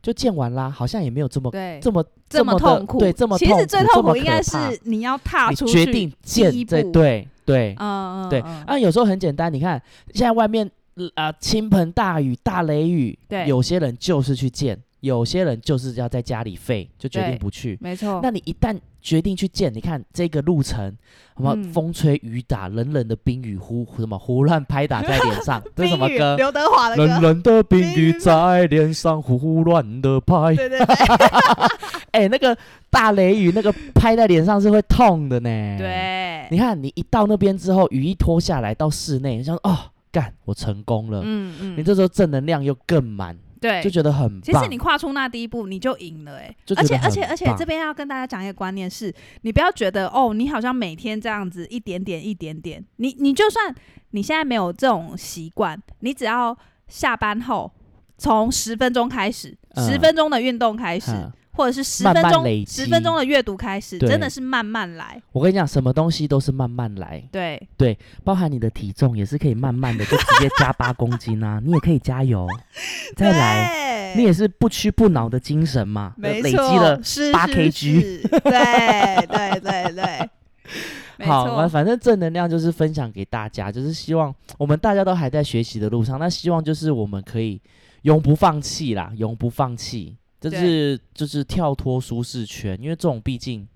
[SPEAKER 2] 就见完啦，好像也没有这么
[SPEAKER 1] 对，
[SPEAKER 2] 这么
[SPEAKER 1] 这
[SPEAKER 2] 么
[SPEAKER 1] 么
[SPEAKER 2] 的
[SPEAKER 1] 痛苦，
[SPEAKER 2] 对，这么
[SPEAKER 1] 其
[SPEAKER 2] 痛
[SPEAKER 1] 实
[SPEAKER 2] 苦
[SPEAKER 1] 最
[SPEAKER 2] 这
[SPEAKER 1] 痛苦
[SPEAKER 2] 么可
[SPEAKER 1] 应该是
[SPEAKER 2] 怕
[SPEAKER 1] 你要踏
[SPEAKER 2] 你
[SPEAKER 1] 出
[SPEAKER 2] 决
[SPEAKER 1] 去
[SPEAKER 2] 定
[SPEAKER 1] 第
[SPEAKER 2] 见
[SPEAKER 1] 一
[SPEAKER 2] 对
[SPEAKER 1] 步，
[SPEAKER 2] 对对，
[SPEAKER 1] 嗯，嗯
[SPEAKER 2] 对
[SPEAKER 1] 嗯
[SPEAKER 2] 啊，有时候很简单，你看现在外面啊倾盆大雨、大雷雨，
[SPEAKER 1] 对
[SPEAKER 2] 有些人就是去见，有些人就是要在家里废，就决
[SPEAKER 1] 对
[SPEAKER 2] 定不去。
[SPEAKER 1] 没错。
[SPEAKER 2] 那你一旦决定去见，你看这个路程，什么
[SPEAKER 1] 嗯
[SPEAKER 2] 风吹雨打，冷冷的冰雨呼什么胡乱拍打在脸
[SPEAKER 1] [laughs]
[SPEAKER 2] 上，这是什么
[SPEAKER 1] 冰雨
[SPEAKER 2] 歌？
[SPEAKER 1] 刘德华的歌，
[SPEAKER 2] 冷冷的冰
[SPEAKER 1] 冰雨
[SPEAKER 2] 雨在脸上胡乱的拍，
[SPEAKER 1] 对对对
[SPEAKER 2] 哎、那个大雷雨，那个拍在脸上是会痛的呢。，
[SPEAKER 1] 对，
[SPEAKER 2] 你看你一到那边之后，雨一脱下来到室内，你想说哦，干，我成功了，
[SPEAKER 1] 嗯嗯
[SPEAKER 2] 你这时候正能量又更满，
[SPEAKER 1] 对
[SPEAKER 2] 就觉得很棒。
[SPEAKER 1] 其实你跨出那第一步，你就赢了哎、
[SPEAKER 2] 就觉
[SPEAKER 1] 而且
[SPEAKER 2] 得
[SPEAKER 1] 而且
[SPEAKER 2] 很
[SPEAKER 1] 而且，
[SPEAKER 2] 棒
[SPEAKER 1] 这边要跟大家讲一个观念是，你不要觉得哦，你好像每天这样子一点点一点点，你你就算你现在没有这种习惯，你只要下班后从十分钟开始，
[SPEAKER 2] 嗯
[SPEAKER 1] 十、分钟的运动开始。
[SPEAKER 2] 嗯
[SPEAKER 1] 或者是十
[SPEAKER 2] 慢
[SPEAKER 1] 分
[SPEAKER 2] 慢
[SPEAKER 1] 钟
[SPEAKER 2] 累，
[SPEAKER 1] 十
[SPEAKER 2] 积
[SPEAKER 1] 分钟的阅读开始，
[SPEAKER 2] 对
[SPEAKER 1] 真的是慢慢来。
[SPEAKER 2] 我跟你讲，什么东西都是慢慢来。
[SPEAKER 1] 对，
[SPEAKER 2] 包含你的体重也是可以慢慢的就直接加八公
[SPEAKER 1] [laughs]
[SPEAKER 2] 斤啊，你也可以加油，再来，
[SPEAKER 1] 来
[SPEAKER 2] 你也是不屈不挠的精神嘛，
[SPEAKER 1] 没
[SPEAKER 2] 累积
[SPEAKER 1] 错
[SPEAKER 2] 了。
[SPEAKER 1] 是
[SPEAKER 2] 8
[SPEAKER 1] 是
[SPEAKER 2] kg
[SPEAKER 1] 是对对对对，没
[SPEAKER 2] [laughs] 好，
[SPEAKER 1] 错
[SPEAKER 2] 那，反正正能量就是分享给大家，就是希望我们大家都还在学习的路上，那希望就是我们可以永不放弃啦，永不放弃，就
[SPEAKER 1] 对
[SPEAKER 2] 是就是跳脱舒适圈，因为这种毕竟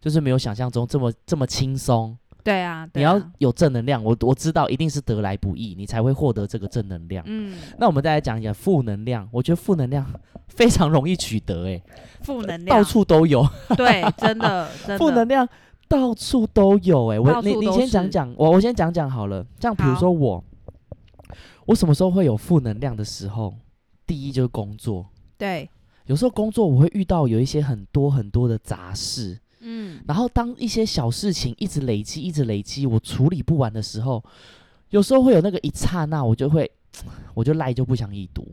[SPEAKER 2] 就是没有想象中这么这么轻松。
[SPEAKER 1] 对啊，
[SPEAKER 2] 你
[SPEAKER 1] 对啊
[SPEAKER 2] 要有正能量，我我知道一定是得来不易，你才会获得这个正能量。
[SPEAKER 1] 嗯，
[SPEAKER 2] 那我们再来讲一下负能量，我觉得负能量 [laughs] 非常容易取得、欸，
[SPEAKER 1] 负能量
[SPEAKER 2] 到处都有，
[SPEAKER 1] [laughs] 对，真的
[SPEAKER 2] [laughs]
[SPEAKER 1] 真的
[SPEAKER 2] 负能量到处都有、欸，
[SPEAKER 1] 到
[SPEAKER 2] 我
[SPEAKER 1] 处
[SPEAKER 2] 你你
[SPEAKER 1] 都
[SPEAKER 2] 先
[SPEAKER 1] 是
[SPEAKER 2] 讲讲，我我先讲讲好了。像比如
[SPEAKER 1] 好
[SPEAKER 2] 说我，我什么时候会有负能量的时候？第一就是工作，
[SPEAKER 1] 对，
[SPEAKER 2] 有时候工作我会遇到有一些很多很多的杂事，
[SPEAKER 1] 嗯，
[SPEAKER 2] 然后当一些小事情一直累积，一直累积，我处理不完的时候，有时候会有那个一刹那，我就会，我就赖就不想已读，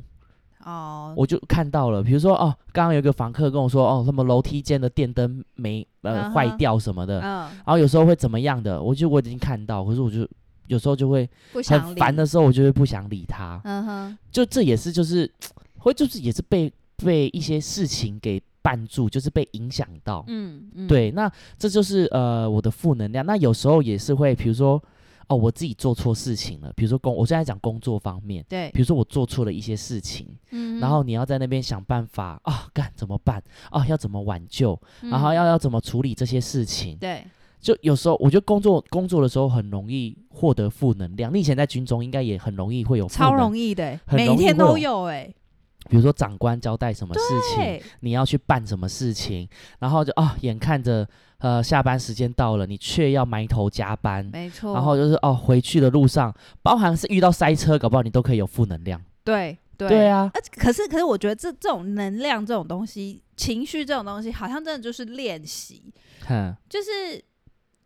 [SPEAKER 1] 哦，
[SPEAKER 2] 我就看到了，比如说哦，刚刚有一个房客跟我说，哦，什么楼梯间的电灯没
[SPEAKER 1] 嗯
[SPEAKER 2] 呃
[SPEAKER 1] 哼
[SPEAKER 2] 坏掉什么的，
[SPEAKER 1] 嗯，
[SPEAKER 2] 然后有时候会怎么样的，我就我已经看到，可是我就有时候就会
[SPEAKER 1] 不想
[SPEAKER 2] 很
[SPEAKER 1] 理
[SPEAKER 2] 烦，的时候，我就会不想理他，
[SPEAKER 1] 嗯哼，
[SPEAKER 2] 就这也是就是会就是也是被被一些事情给绊住，就是被影响到，
[SPEAKER 1] 嗯嗯，
[SPEAKER 2] 对，那这就是呃我的负能量。那有时候也是会，比如说哦，我自己做错事情了，比如说工，我现在讲工作方面，
[SPEAKER 1] 对
[SPEAKER 2] 比，如说我做错了一些事情，
[SPEAKER 1] 嗯
[SPEAKER 2] 然后你要在那边想办法啊，干怎么办啊，要怎么挽救，
[SPEAKER 1] 哼，
[SPEAKER 2] 然后
[SPEAKER 1] 嗯
[SPEAKER 2] 要要怎么处理这些事情。
[SPEAKER 1] 对
[SPEAKER 2] 就有时候我觉得工作工作的时候很容易获得负能量。你以前在军中应该也很容易会有负
[SPEAKER 1] 超
[SPEAKER 2] 能
[SPEAKER 1] 容易的，
[SPEAKER 2] 很
[SPEAKER 1] 每一
[SPEAKER 2] 容易
[SPEAKER 1] 天
[SPEAKER 2] 会
[SPEAKER 1] 都
[SPEAKER 2] 有
[SPEAKER 1] 有哎，
[SPEAKER 2] 比如说长官交代什么事情，
[SPEAKER 1] 对，
[SPEAKER 2] 你要去办什么事情，然后就啊、眼看着呃下班时间到了，你却要埋头加班，
[SPEAKER 1] 没错，
[SPEAKER 2] 然后就是哦回去的路上，包含是遇到塞车，搞不好你都可以有负能量。
[SPEAKER 1] 对对
[SPEAKER 2] 对。啊，
[SPEAKER 1] 而且可是，可是，我觉得这这种能量这种东西，情绪这种东西，好像真的就是练习，
[SPEAKER 2] 哼，
[SPEAKER 1] 就是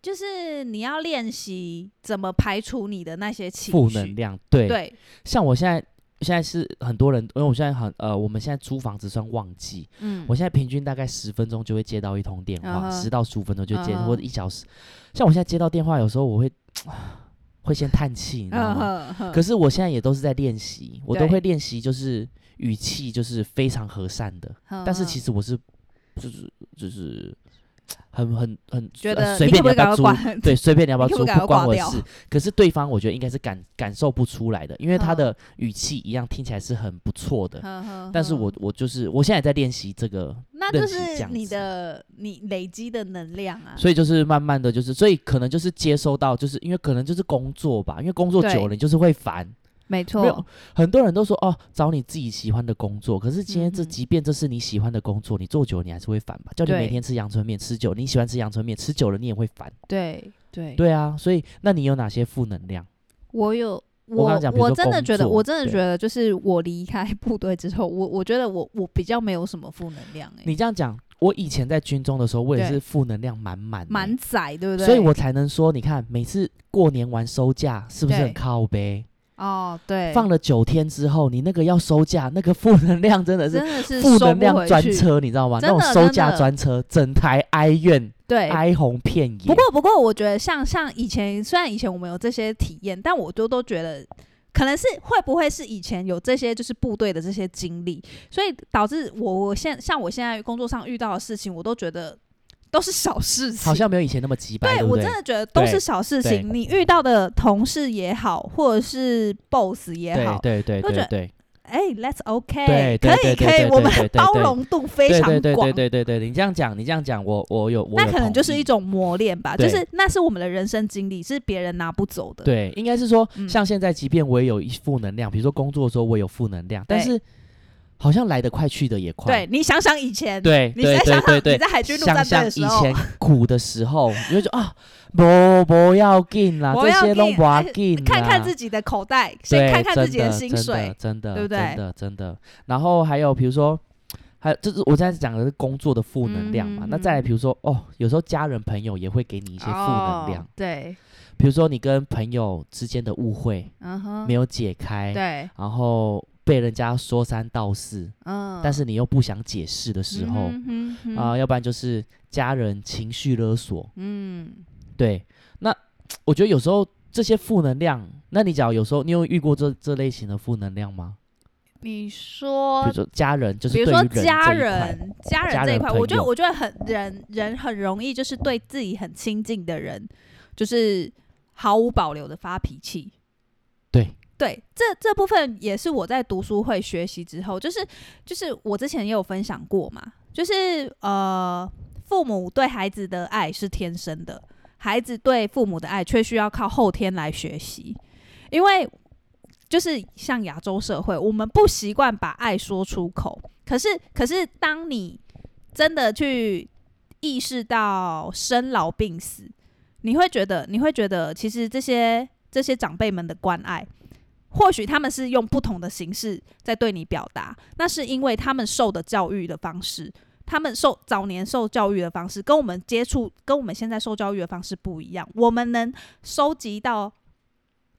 [SPEAKER 1] 就是你要练习怎么排除你的那些情绪，
[SPEAKER 2] 负能量，对，
[SPEAKER 1] 对
[SPEAKER 2] 像我现在。现在是很多人，因为我现在很呃，我们现在租房子算旺季，
[SPEAKER 1] 嗯
[SPEAKER 2] 我现在平均大概十分钟就会接到一通电话，
[SPEAKER 1] 嗯哼
[SPEAKER 2] 十、到十五分钟就接
[SPEAKER 1] 嗯哼
[SPEAKER 2] 或者一小时。像我现在接到电话，有时候我会会先叹气，你知道吗？
[SPEAKER 1] 嗯哼
[SPEAKER 2] 可是我现在也都是在练习，我都
[SPEAKER 1] 对
[SPEAKER 2] 会练习，就是语气就是非常和善的，
[SPEAKER 1] 嗯
[SPEAKER 2] 但是其
[SPEAKER 1] 实
[SPEAKER 2] 实我是就是就是很很很
[SPEAKER 1] 觉
[SPEAKER 2] 呃
[SPEAKER 1] 得
[SPEAKER 2] 随
[SPEAKER 1] 你
[SPEAKER 2] 便
[SPEAKER 1] 可不
[SPEAKER 2] 你
[SPEAKER 1] 可
[SPEAKER 2] 要
[SPEAKER 1] 以
[SPEAKER 2] 不
[SPEAKER 1] 赶快
[SPEAKER 2] 要租，
[SPEAKER 1] [laughs]
[SPEAKER 2] [laughs]
[SPEAKER 1] 关？
[SPEAKER 2] 对，随便你要不要
[SPEAKER 1] 你可
[SPEAKER 2] 租
[SPEAKER 1] 不可以赶快
[SPEAKER 2] 关我
[SPEAKER 1] 挂
[SPEAKER 2] 的
[SPEAKER 1] 掉
[SPEAKER 2] 事。可是对方我觉得应该是感感受不出来的，因为他
[SPEAKER 1] 嗯
[SPEAKER 2] 的语气一样听起来是很不错的，
[SPEAKER 1] 呵呵
[SPEAKER 2] 但是
[SPEAKER 1] 呵
[SPEAKER 2] 我我就是我现在也在练习这个
[SPEAKER 1] 那它
[SPEAKER 2] 认
[SPEAKER 1] 就
[SPEAKER 2] 识这
[SPEAKER 1] 是
[SPEAKER 2] 样
[SPEAKER 1] 你
[SPEAKER 2] 子
[SPEAKER 1] 的你累积的能量啊。
[SPEAKER 2] 所以就是慢慢的就是，所以可能就是接收到，就是因为可能就是工作吧，因为工作
[SPEAKER 1] 对
[SPEAKER 2] 久了你就是会烦。
[SPEAKER 1] 没
[SPEAKER 2] 没有，很多人都说哦，找你自己喜欢的工作。可是今天这，
[SPEAKER 1] 嗯哼
[SPEAKER 2] 即便这是你喜欢的工作，你做久了你还是会烦吧？叫你每
[SPEAKER 1] 对
[SPEAKER 2] 天吃阳春面，吃久了你喜欢吃阳春面，吃久了你也会烦。
[SPEAKER 1] 对对，
[SPEAKER 2] 对啊，所以那你有哪些负能量？
[SPEAKER 1] 我有。
[SPEAKER 2] 我刚
[SPEAKER 1] 我
[SPEAKER 2] 刚讲比如
[SPEAKER 1] 我
[SPEAKER 2] 说
[SPEAKER 1] 真的
[SPEAKER 2] 工
[SPEAKER 1] 觉得，
[SPEAKER 2] 作
[SPEAKER 1] 我真的
[SPEAKER 2] 对
[SPEAKER 1] 觉得，就是我离开部队之后，我我觉得我我比较没有什么负能量、欸，
[SPEAKER 2] 你这样讲，我以前在军中的时候，我也
[SPEAKER 1] 对
[SPEAKER 2] 是负能量满满的，
[SPEAKER 1] 蛮窄，对不对？
[SPEAKER 2] 所以我才能说，你看每次过年完收假是不是很
[SPEAKER 1] 对
[SPEAKER 2] 靠背？
[SPEAKER 1] 哦，对，
[SPEAKER 2] 放了九天之后，你那个要收假，那个负能量真的是
[SPEAKER 1] 真的是
[SPEAKER 2] 负
[SPEAKER 1] 收
[SPEAKER 2] 能
[SPEAKER 1] 不
[SPEAKER 2] 量
[SPEAKER 1] 回
[SPEAKER 2] 专
[SPEAKER 1] 去，
[SPEAKER 2] 车，你知道吗？那
[SPEAKER 1] 真的
[SPEAKER 2] 种收假
[SPEAKER 1] 真的
[SPEAKER 2] 专车，整台哀怨、
[SPEAKER 1] 对，
[SPEAKER 2] 哀鸿遍野。
[SPEAKER 1] 不过，不过，我觉得像像以前，虽然以前我们有这些体验，但我就都觉得，可能是会不会是以前有这些就是部队的这些经历，所以导致我我现像我现在工作上遇到的事情，我都觉得都是小事情。
[SPEAKER 2] 好像没有以前那么急白，
[SPEAKER 1] 对
[SPEAKER 2] 对不
[SPEAKER 1] 我
[SPEAKER 2] 对
[SPEAKER 1] 真？的觉得都
[SPEAKER 2] 对
[SPEAKER 1] 是小事
[SPEAKER 2] 欸对
[SPEAKER 1] 情，你遇到的同事也好，或者是 boss 也好，
[SPEAKER 2] 对对对
[SPEAKER 1] 都觉
[SPEAKER 2] 对
[SPEAKER 1] 得
[SPEAKER 2] 对
[SPEAKER 1] 哎，let's OK，
[SPEAKER 2] 对对
[SPEAKER 1] 可
[SPEAKER 2] 对
[SPEAKER 1] 以
[SPEAKER 2] 对
[SPEAKER 1] 可以
[SPEAKER 2] 对，
[SPEAKER 1] 我
[SPEAKER 2] 对
[SPEAKER 1] 们
[SPEAKER 2] 对对
[SPEAKER 1] 包
[SPEAKER 2] 对
[SPEAKER 1] 容度非
[SPEAKER 2] 对
[SPEAKER 1] 常
[SPEAKER 2] 对对
[SPEAKER 1] 广
[SPEAKER 2] 对，对对对，你这样讲，你这样讲，我我有我
[SPEAKER 1] 那
[SPEAKER 2] 有
[SPEAKER 1] 可能
[SPEAKER 2] 同
[SPEAKER 1] 就是
[SPEAKER 2] 意
[SPEAKER 1] 一种磨练吧，
[SPEAKER 2] 对
[SPEAKER 1] 就是那是我们的人生经历，是别人拿不走的。
[SPEAKER 2] 对，应该是说，
[SPEAKER 1] 嗯
[SPEAKER 2] 像现在，即便我也有一负能量，比如说工作的时候我有负能量，但
[SPEAKER 1] 对
[SPEAKER 2] 是好像来得快去得也
[SPEAKER 1] 对，
[SPEAKER 2] 快。
[SPEAKER 1] 你想想以前，
[SPEAKER 2] 对啊
[SPEAKER 1] 你
[SPEAKER 2] 对
[SPEAKER 1] 在
[SPEAKER 2] 对
[SPEAKER 1] 想
[SPEAKER 2] 对
[SPEAKER 1] 想
[SPEAKER 2] 对
[SPEAKER 1] 你，在海军陆
[SPEAKER 2] 想
[SPEAKER 1] 战队
[SPEAKER 2] 想
[SPEAKER 1] 的
[SPEAKER 2] 以
[SPEAKER 1] 时候 [laughs]
[SPEAKER 2] 前，苦的时候，你就觉得啊，不不要紧啦，
[SPEAKER 1] 不
[SPEAKER 2] 这
[SPEAKER 1] 要
[SPEAKER 2] 些都
[SPEAKER 1] 紧
[SPEAKER 2] 不要
[SPEAKER 1] 哎
[SPEAKER 2] 紧啦，
[SPEAKER 1] 看看自己的口袋，
[SPEAKER 2] 对
[SPEAKER 1] 先看看自己
[SPEAKER 2] 真的
[SPEAKER 1] 薪水，
[SPEAKER 2] 真的，真的
[SPEAKER 1] 对不对
[SPEAKER 2] 真的真的。然后还有比如说，还有就是我现在讲的是工作的负能量嘛，
[SPEAKER 1] 嗯
[SPEAKER 2] 那再来比如说哦，有时候家人朋友也会给你一
[SPEAKER 1] 一
[SPEAKER 2] 些负
[SPEAKER 1] 哦
[SPEAKER 2] 能量，
[SPEAKER 1] 对，
[SPEAKER 2] 比如说你跟朋友之间的误会
[SPEAKER 1] 嗯哼，
[SPEAKER 2] 没有解开，
[SPEAKER 1] 对，
[SPEAKER 2] 然后被人家说三道四，
[SPEAKER 1] 嗯，
[SPEAKER 2] 但是你又不想解释的时候。
[SPEAKER 1] 嗯哼
[SPEAKER 2] 啊、，要不然就是家人情绪勒索，
[SPEAKER 1] 嗯，
[SPEAKER 2] 对，那我觉得有时候这些负能量，那你讲有时候你有遇过这这类型的负能量吗？
[SPEAKER 1] 你
[SPEAKER 2] 比
[SPEAKER 1] 说
[SPEAKER 2] 如。说家人，就是
[SPEAKER 1] 哦比如
[SPEAKER 2] 对于
[SPEAKER 1] 说
[SPEAKER 2] 人这一
[SPEAKER 1] 家
[SPEAKER 2] 块
[SPEAKER 1] 人，家
[SPEAKER 2] 家
[SPEAKER 1] 人这一
[SPEAKER 2] 人
[SPEAKER 1] 块，
[SPEAKER 2] 朋
[SPEAKER 1] 我觉得
[SPEAKER 2] 友
[SPEAKER 1] 我觉得很人人很容易就是对自己很亲近的人，就是毫无保留的发脾气。
[SPEAKER 2] 对
[SPEAKER 1] 对，这这部分也是我在读书会学习之后，就是就是我之前也有分享过嘛，就是呃，父母对孩子的爱是天生的，孩子对父母的爱却需要靠后天来学习，因为就是像亚洲社会，我们不习惯把爱说出口，可是可是当你真的去意识到生老病死，你会觉得你会觉得其实这些这些长辈们的关爱。或许他们是用不同的形式在对你表达，那是因为他们受的教育的方式，他们受早年受教育的方式跟我们接触、跟我们现在受教育的方式不一样。我们能收集到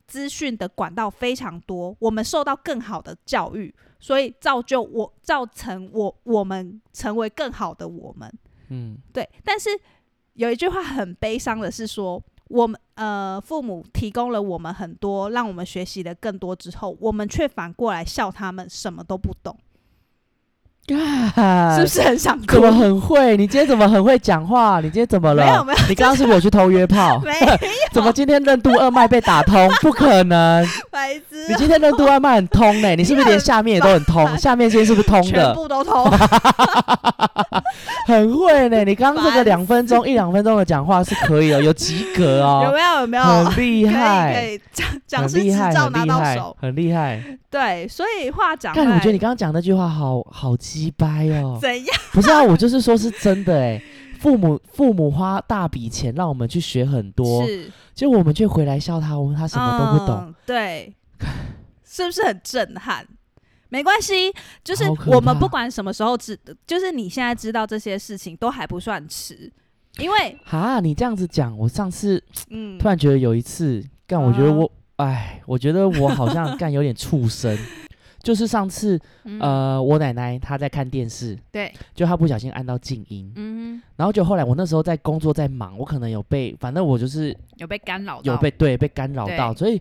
[SPEAKER 1] 资讯的管道非常多，我们受到更好的教育，所以造就我造成我我们成为更好的我们。
[SPEAKER 2] 嗯，
[SPEAKER 1] 对，但是有一句话很悲伤的是说，我们呃父母提供了我们很多，让我们学习的更多之后，我们却反过来笑他们什么都不懂， [laughs] 是不是很想哭
[SPEAKER 2] 呃怎？么很会？你今天怎么很会讲话？你今天怎么了？
[SPEAKER 1] 没有没有？
[SPEAKER 2] 你刚刚是不是有去偷约炮
[SPEAKER 1] [laughs] 没
[SPEAKER 2] 怎么今天任督二脉被打通？不可能！
[SPEAKER 1] 白痴啊
[SPEAKER 2] 你，今天任督二脉很通
[SPEAKER 1] [laughs]
[SPEAKER 2] 呢、你是不是连下面也都很通？下面先是不是通
[SPEAKER 1] 全
[SPEAKER 2] 的？
[SPEAKER 1] 部都通。
[SPEAKER 2] 很会呢、你刚刚这
[SPEAKER 1] 烦
[SPEAKER 2] 个
[SPEAKER 1] 死
[SPEAKER 2] 两分钟一两分钟的讲话是可以哦，有及格
[SPEAKER 1] [laughs] 有
[SPEAKER 2] 哦，
[SPEAKER 1] 没有有没有？
[SPEAKER 2] 很厉
[SPEAKER 1] 可
[SPEAKER 2] 害，
[SPEAKER 1] 以可以，讲讲
[SPEAKER 2] 很
[SPEAKER 1] 师执
[SPEAKER 2] 厉害，
[SPEAKER 1] 照
[SPEAKER 2] 很
[SPEAKER 1] 拿
[SPEAKER 2] 厉
[SPEAKER 1] 到
[SPEAKER 2] 害，
[SPEAKER 1] 手。
[SPEAKER 2] 很厉害。
[SPEAKER 1] 对，所以话讲回
[SPEAKER 2] 看，
[SPEAKER 1] 来，
[SPEAKER 2] 我觉得你刚刚讲那句话好好鸡掰
[SPEAKER 1] [laughs]
[SPEAKER 2] 哦。
[SPEAKER 1] 怎样？
[SPEAKER 2] 不是啊，我就是说是真的哎。父母父母花大笔钱让我们去学很多，
[SPEAKER 1] 是
[SPEAKER 2] 结果我们却回来笑他，我们他什么都不懂。
[SPEAKER 1] 嗯、对，是不是很震撼？没关系，就是
[SPEAKER 2] 好可
[SPEAKER 1] 我们
[SPEAKER 2] 怕
[SPEAKER 1] 不管什么时候知，就是你现在知道这些事情都还不算迟，因为
[SPEAKER 2] [laughs] 哈，你这样子讲，我上次
[SPEAKER 1] 嗯，
[SPEAKER 2] 突然觉得有一次，干，我觉得
[SPEAKER 1] 啊
[SPEAKER 2] 我，哎，我觉得我好像干有点畜
[SPEAKER 1] [laughs]
[SPEAKER 2] 生。就是上次，
[SPEAKER 1] 嗯，
[SPEAKER 2] 呃，我奶奶她在看电视，
[SPEAKER 1] 对，
[SPEAKER 2] 就她不小心按到静音，
[SPEAKER 1] 嗯
[SPEAKER 2] 然后就后来我那时候在工作在忙，我可能有被，反正我就是
[SPEAKER 1] 哼，有被干扰到，
[SPEAKER 2] 有被对被干扰
[SPEAKER 1] 对
[SPEAKER 2] 到，所以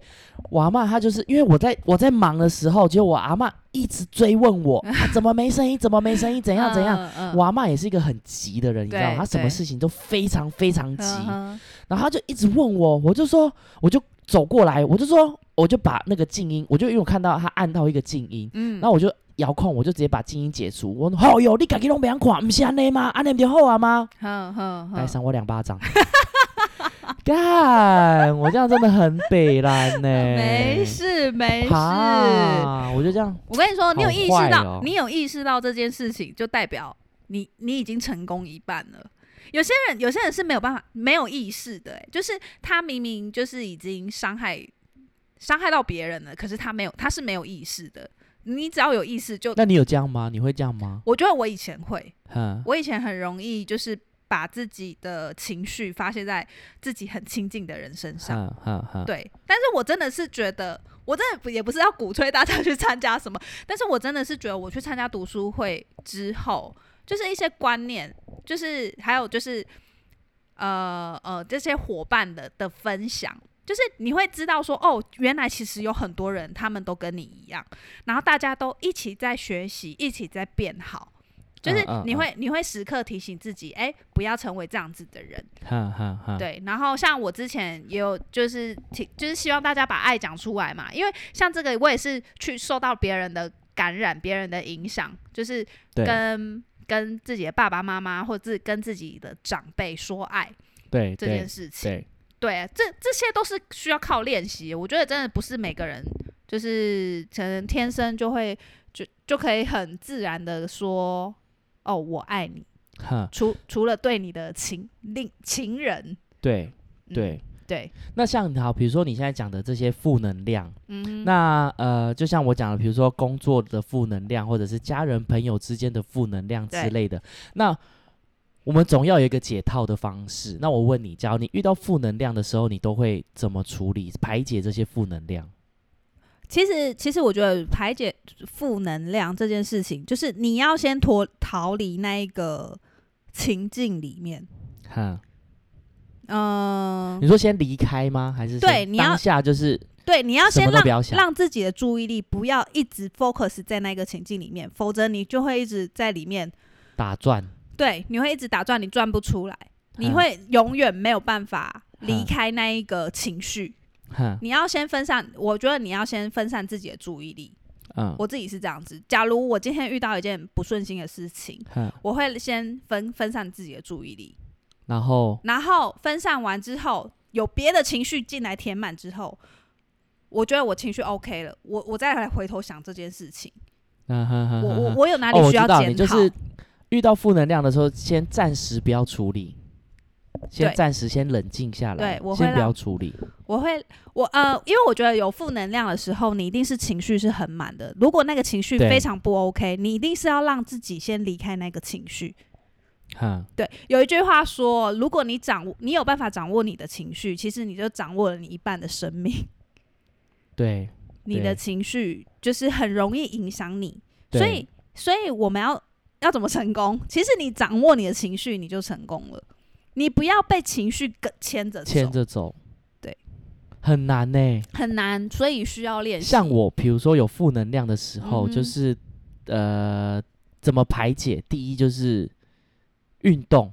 [SPEAKER 2] 我阿嬷她就是因为我在我在忙的时候，结果我阿嬷一直追
[SPEAKER 1] [laughs]
[SPEAKER 2] 问我、啊怎么没声音，怎么没声音，怎
[SPEAKER 1] 怎
[SPEAKER 2] 样怎样。
[SPEAKER 1] 嗯嗯、
[SPEAKER 2] 我阿嬷也是一个很急的人，你知道吗？
[SPEAKER 1] 对
[SPEAKER 2] 她什么
[SPEAKER 1] 对
[SPEAKER 2] 事情都非常非常急，
[SPEAKER 1] 嗯哼
[SPEAKER 2] 然后她就一直问我，我就说我就走过来，我就说我就把那个静音，我就因为我看到她按到一个静音，
[SPEAKER 1] 嗯，
[SPEAKER 2] 然后我就遥控，我就直接把静音解除。我说好哟，你家己拢别看，不是安尼吗？安尼不就好啊吗？
[SPEAKER 1] 哼哼
[SPEAKER 2] 来赏我两巴掌。 [laughs] 干，我这样真的很北蓝呢、
[SPEAKER 1] 没事没事。
[SPEAKER 2] 怕，我就这样。
[SPEAKER 1] 我跟你说，你有意识
[SPEAKER 2] 好坏
[SPEAKER 1] 到
[SPEAKER 2] 哦，
[SPEAKER 1] 你有意识到这件事情，就代表你你已经成功一半了。有些人，有些人是没有办法没有意识的、欸，就是他明明就是已经伤害伤害到别人了，可是他没有，他是没有意识的。你只要有意识就，
[SPEAKER 2] 那你有这样吗？你会这样吗？
[SPEAKER 1] 我觉得我以前会，
[SPEAKER 2] 嗯，
[SPEAKER 1] 我以前很容易就是把自己的情绪发泄在自己很亲近的人身上。
[SPEAKER 2] 嗯嗯嗯，
[SPEAKER 1] 对，但是我真的是觉得，我真的不也不是要鼓吹大家去参加什么，但是我真的是觉得，我去参加读书会之后，就是一些观念，就是还有就是，呃呃，这些伙伴的的分享。就是你会知道说，哦，原来其实有很多人他们都跟你一样，然后大家都一起在学习，一起在变好。就是
[SPEAKER 2] 嗯嗯
[SPEAKER 1] 你会、你会时刻提醒自己，哎、不要成为这样子的人。
[SPEAKER 2] 嗯嗯嗯，
[SPEAKER 1] 对，然后像我之前也有就是挺就是希望大家把爱讲出来嘛，因为像这个我也是去受到别人的感染、别人的影响，就是
[SPEAKER 2] 对
[SPEAKER 1] 跟跟自己的爸爸妈妈或自跟自己的长辈说爱
[SPEAKER 2] 对
[SPEAKER 1] 这件
[SPEAKER 2] 对
[SPEAKER 1] 事情。
[SPEAKER 2] 对，
[SPEAKER 1] 对，这这些都是需要靠练习。我觉得真的不是每个人就是可能天生就会就就可以很自然的说哦我爱你，
[SPEAKER 2] 哼
[SPEAKER 1] 除除了对你的情另情人，
[SPEAKER 2] 对
[SPEAKER 1] 嗯
[SPEAKER 2] 对。
[SPEAKER 1] 对，
[SPEAKER 2] 那像好，比如说你现在讲的这些负能量，
[SPEAKER 1] 嗯哼。
[SPEAKER 2] 那呃，就像我讲的，比如说工作的负能量，或者是家人朋友之间的负能量之
[SPEAKER 1] 对
[SPEAKER 2] 类的，那我们总要有一个解套的方式。那我问你，假如你遇到负能量的时候，你都会怎么处理排解这些负能量？
[SPEAKER 1] 其实，其实我觉得排解负能量这件事情，就是你要先脱逃离那一个情境里面。
[SPEAKER 2] 哈，
[SPEAKER 1] 嗯、
[SPEAKER 2] 你说先离开吗？还是
[SPEAKER 1] 对
[SPEAKER 2] 先
[SPEAKER 1] 你要
[SPEAKER 2] 当下就是
[SPEAKER 1] 对，你要
[SPEAKER 2] 什
[SPEAKER 1] 先
[SPEAKER 2] 么都不
[SPEAKER 1] 让
[SPEAKER 2] 要想？
[SPEAKER 1] 让自己的注意力不要一直 focus 在那个情境里面，否则你就会一直在里面，
[SPEAKER 2] 打转，
[SPEAKER 1] 对，你会一直打转，你转不出来，你
[SPEAKER 2] 嗯
[SPEAKER 1] 会永远没有办法离
[SPEAKER 2] 嗯
[SPEAKER 1] 开那一个情绪。
[SPEAKER 2] 哈，
[SPEAKER 1] 你要先分散，我觉得你要先分散自己的注意力。
[SPEAKER 2] 嗯，
[SPEAKER 1] 我自己是这样子，假如我今天遇到一件不顺心的事情。
[SPEAKER 2] 哈，
[SPEAKER 1] 我会先分分散自己的注意力，
[SPEAKER 2] 然后
[SPEAKER 1] 然后分散完之后，有别的情绪进来填满之后，我觉得我情绪 OK 了，我我再来回头想这件事情，
[SPEAKER 2] 嗯哼哼
[SPEAKER 1] 我
[SPEAKER 2] 哼
[SPEAKER 1] 我
[SPEAKER 2] 哼
[SPEAKER 1] 我有哪
[SPEAKER 2] 哦，
[SPEAKER 1] 里
[SPEAKER 2] 我
[SPEAKER 1] 需要
[SPEAKER 2] 知道你
[SPEAKER 1] 检
[SPEAKER 2] 就
[SPEAKER 1] 讨？
[SPEAKER 2] 是遇到负能量的时候，先暂时不要处理，先
[SPEAKER 1] 对
[SPEAKER 2] 暂时先冷静下来，
[SPEAKER 1] 对我会
[SPEAKER 2] 先不
[SPEAKER 1] 让
[SPEAKER 2] 要处理，
[SPEAKER 1] 我会我呃，因为我觉得有负能量的时候，你一定是情绪是很满的。如果那个情绪
[SPEAKER 2] 对
[SPEAKER 1] 非常不 OK，你一定是要让自己先离开那个情绪。
[SPEAKER 2] 哈，
[SPEAKER 1] 对，有一句话说，如果你掌握你有办法掌握你的情绪，其实你就掌握了你一半的生命。
[SPEAKER 2] 对
[SPEAKER 1] 你的
[SPEAKER 2] 对
[SPEAKER 1] 情绪就是很容易影响你，
[SPEAKER 2] 对，
[SPEAKER 1] 所以所以我们要要怎么成功？其实你掌握你的情绪，你就成功了。你不要被情绪跟牵着走，
[SPEAKER 2] 牵着走，
[SPEAKER 1] 对，
[SPEAKER 2] 很难呢、
[SPEAKER 1] 很难，所以需要练习。
[SPEAKER 2] 像我，比如说有负能量的时候，
[SPEAKER 1] 呃嗯
[SPEAKER 2] 就
[SPEAKER 1] 哼
[SPEAKER 2] 是呃，怎么排解？第一就是运动，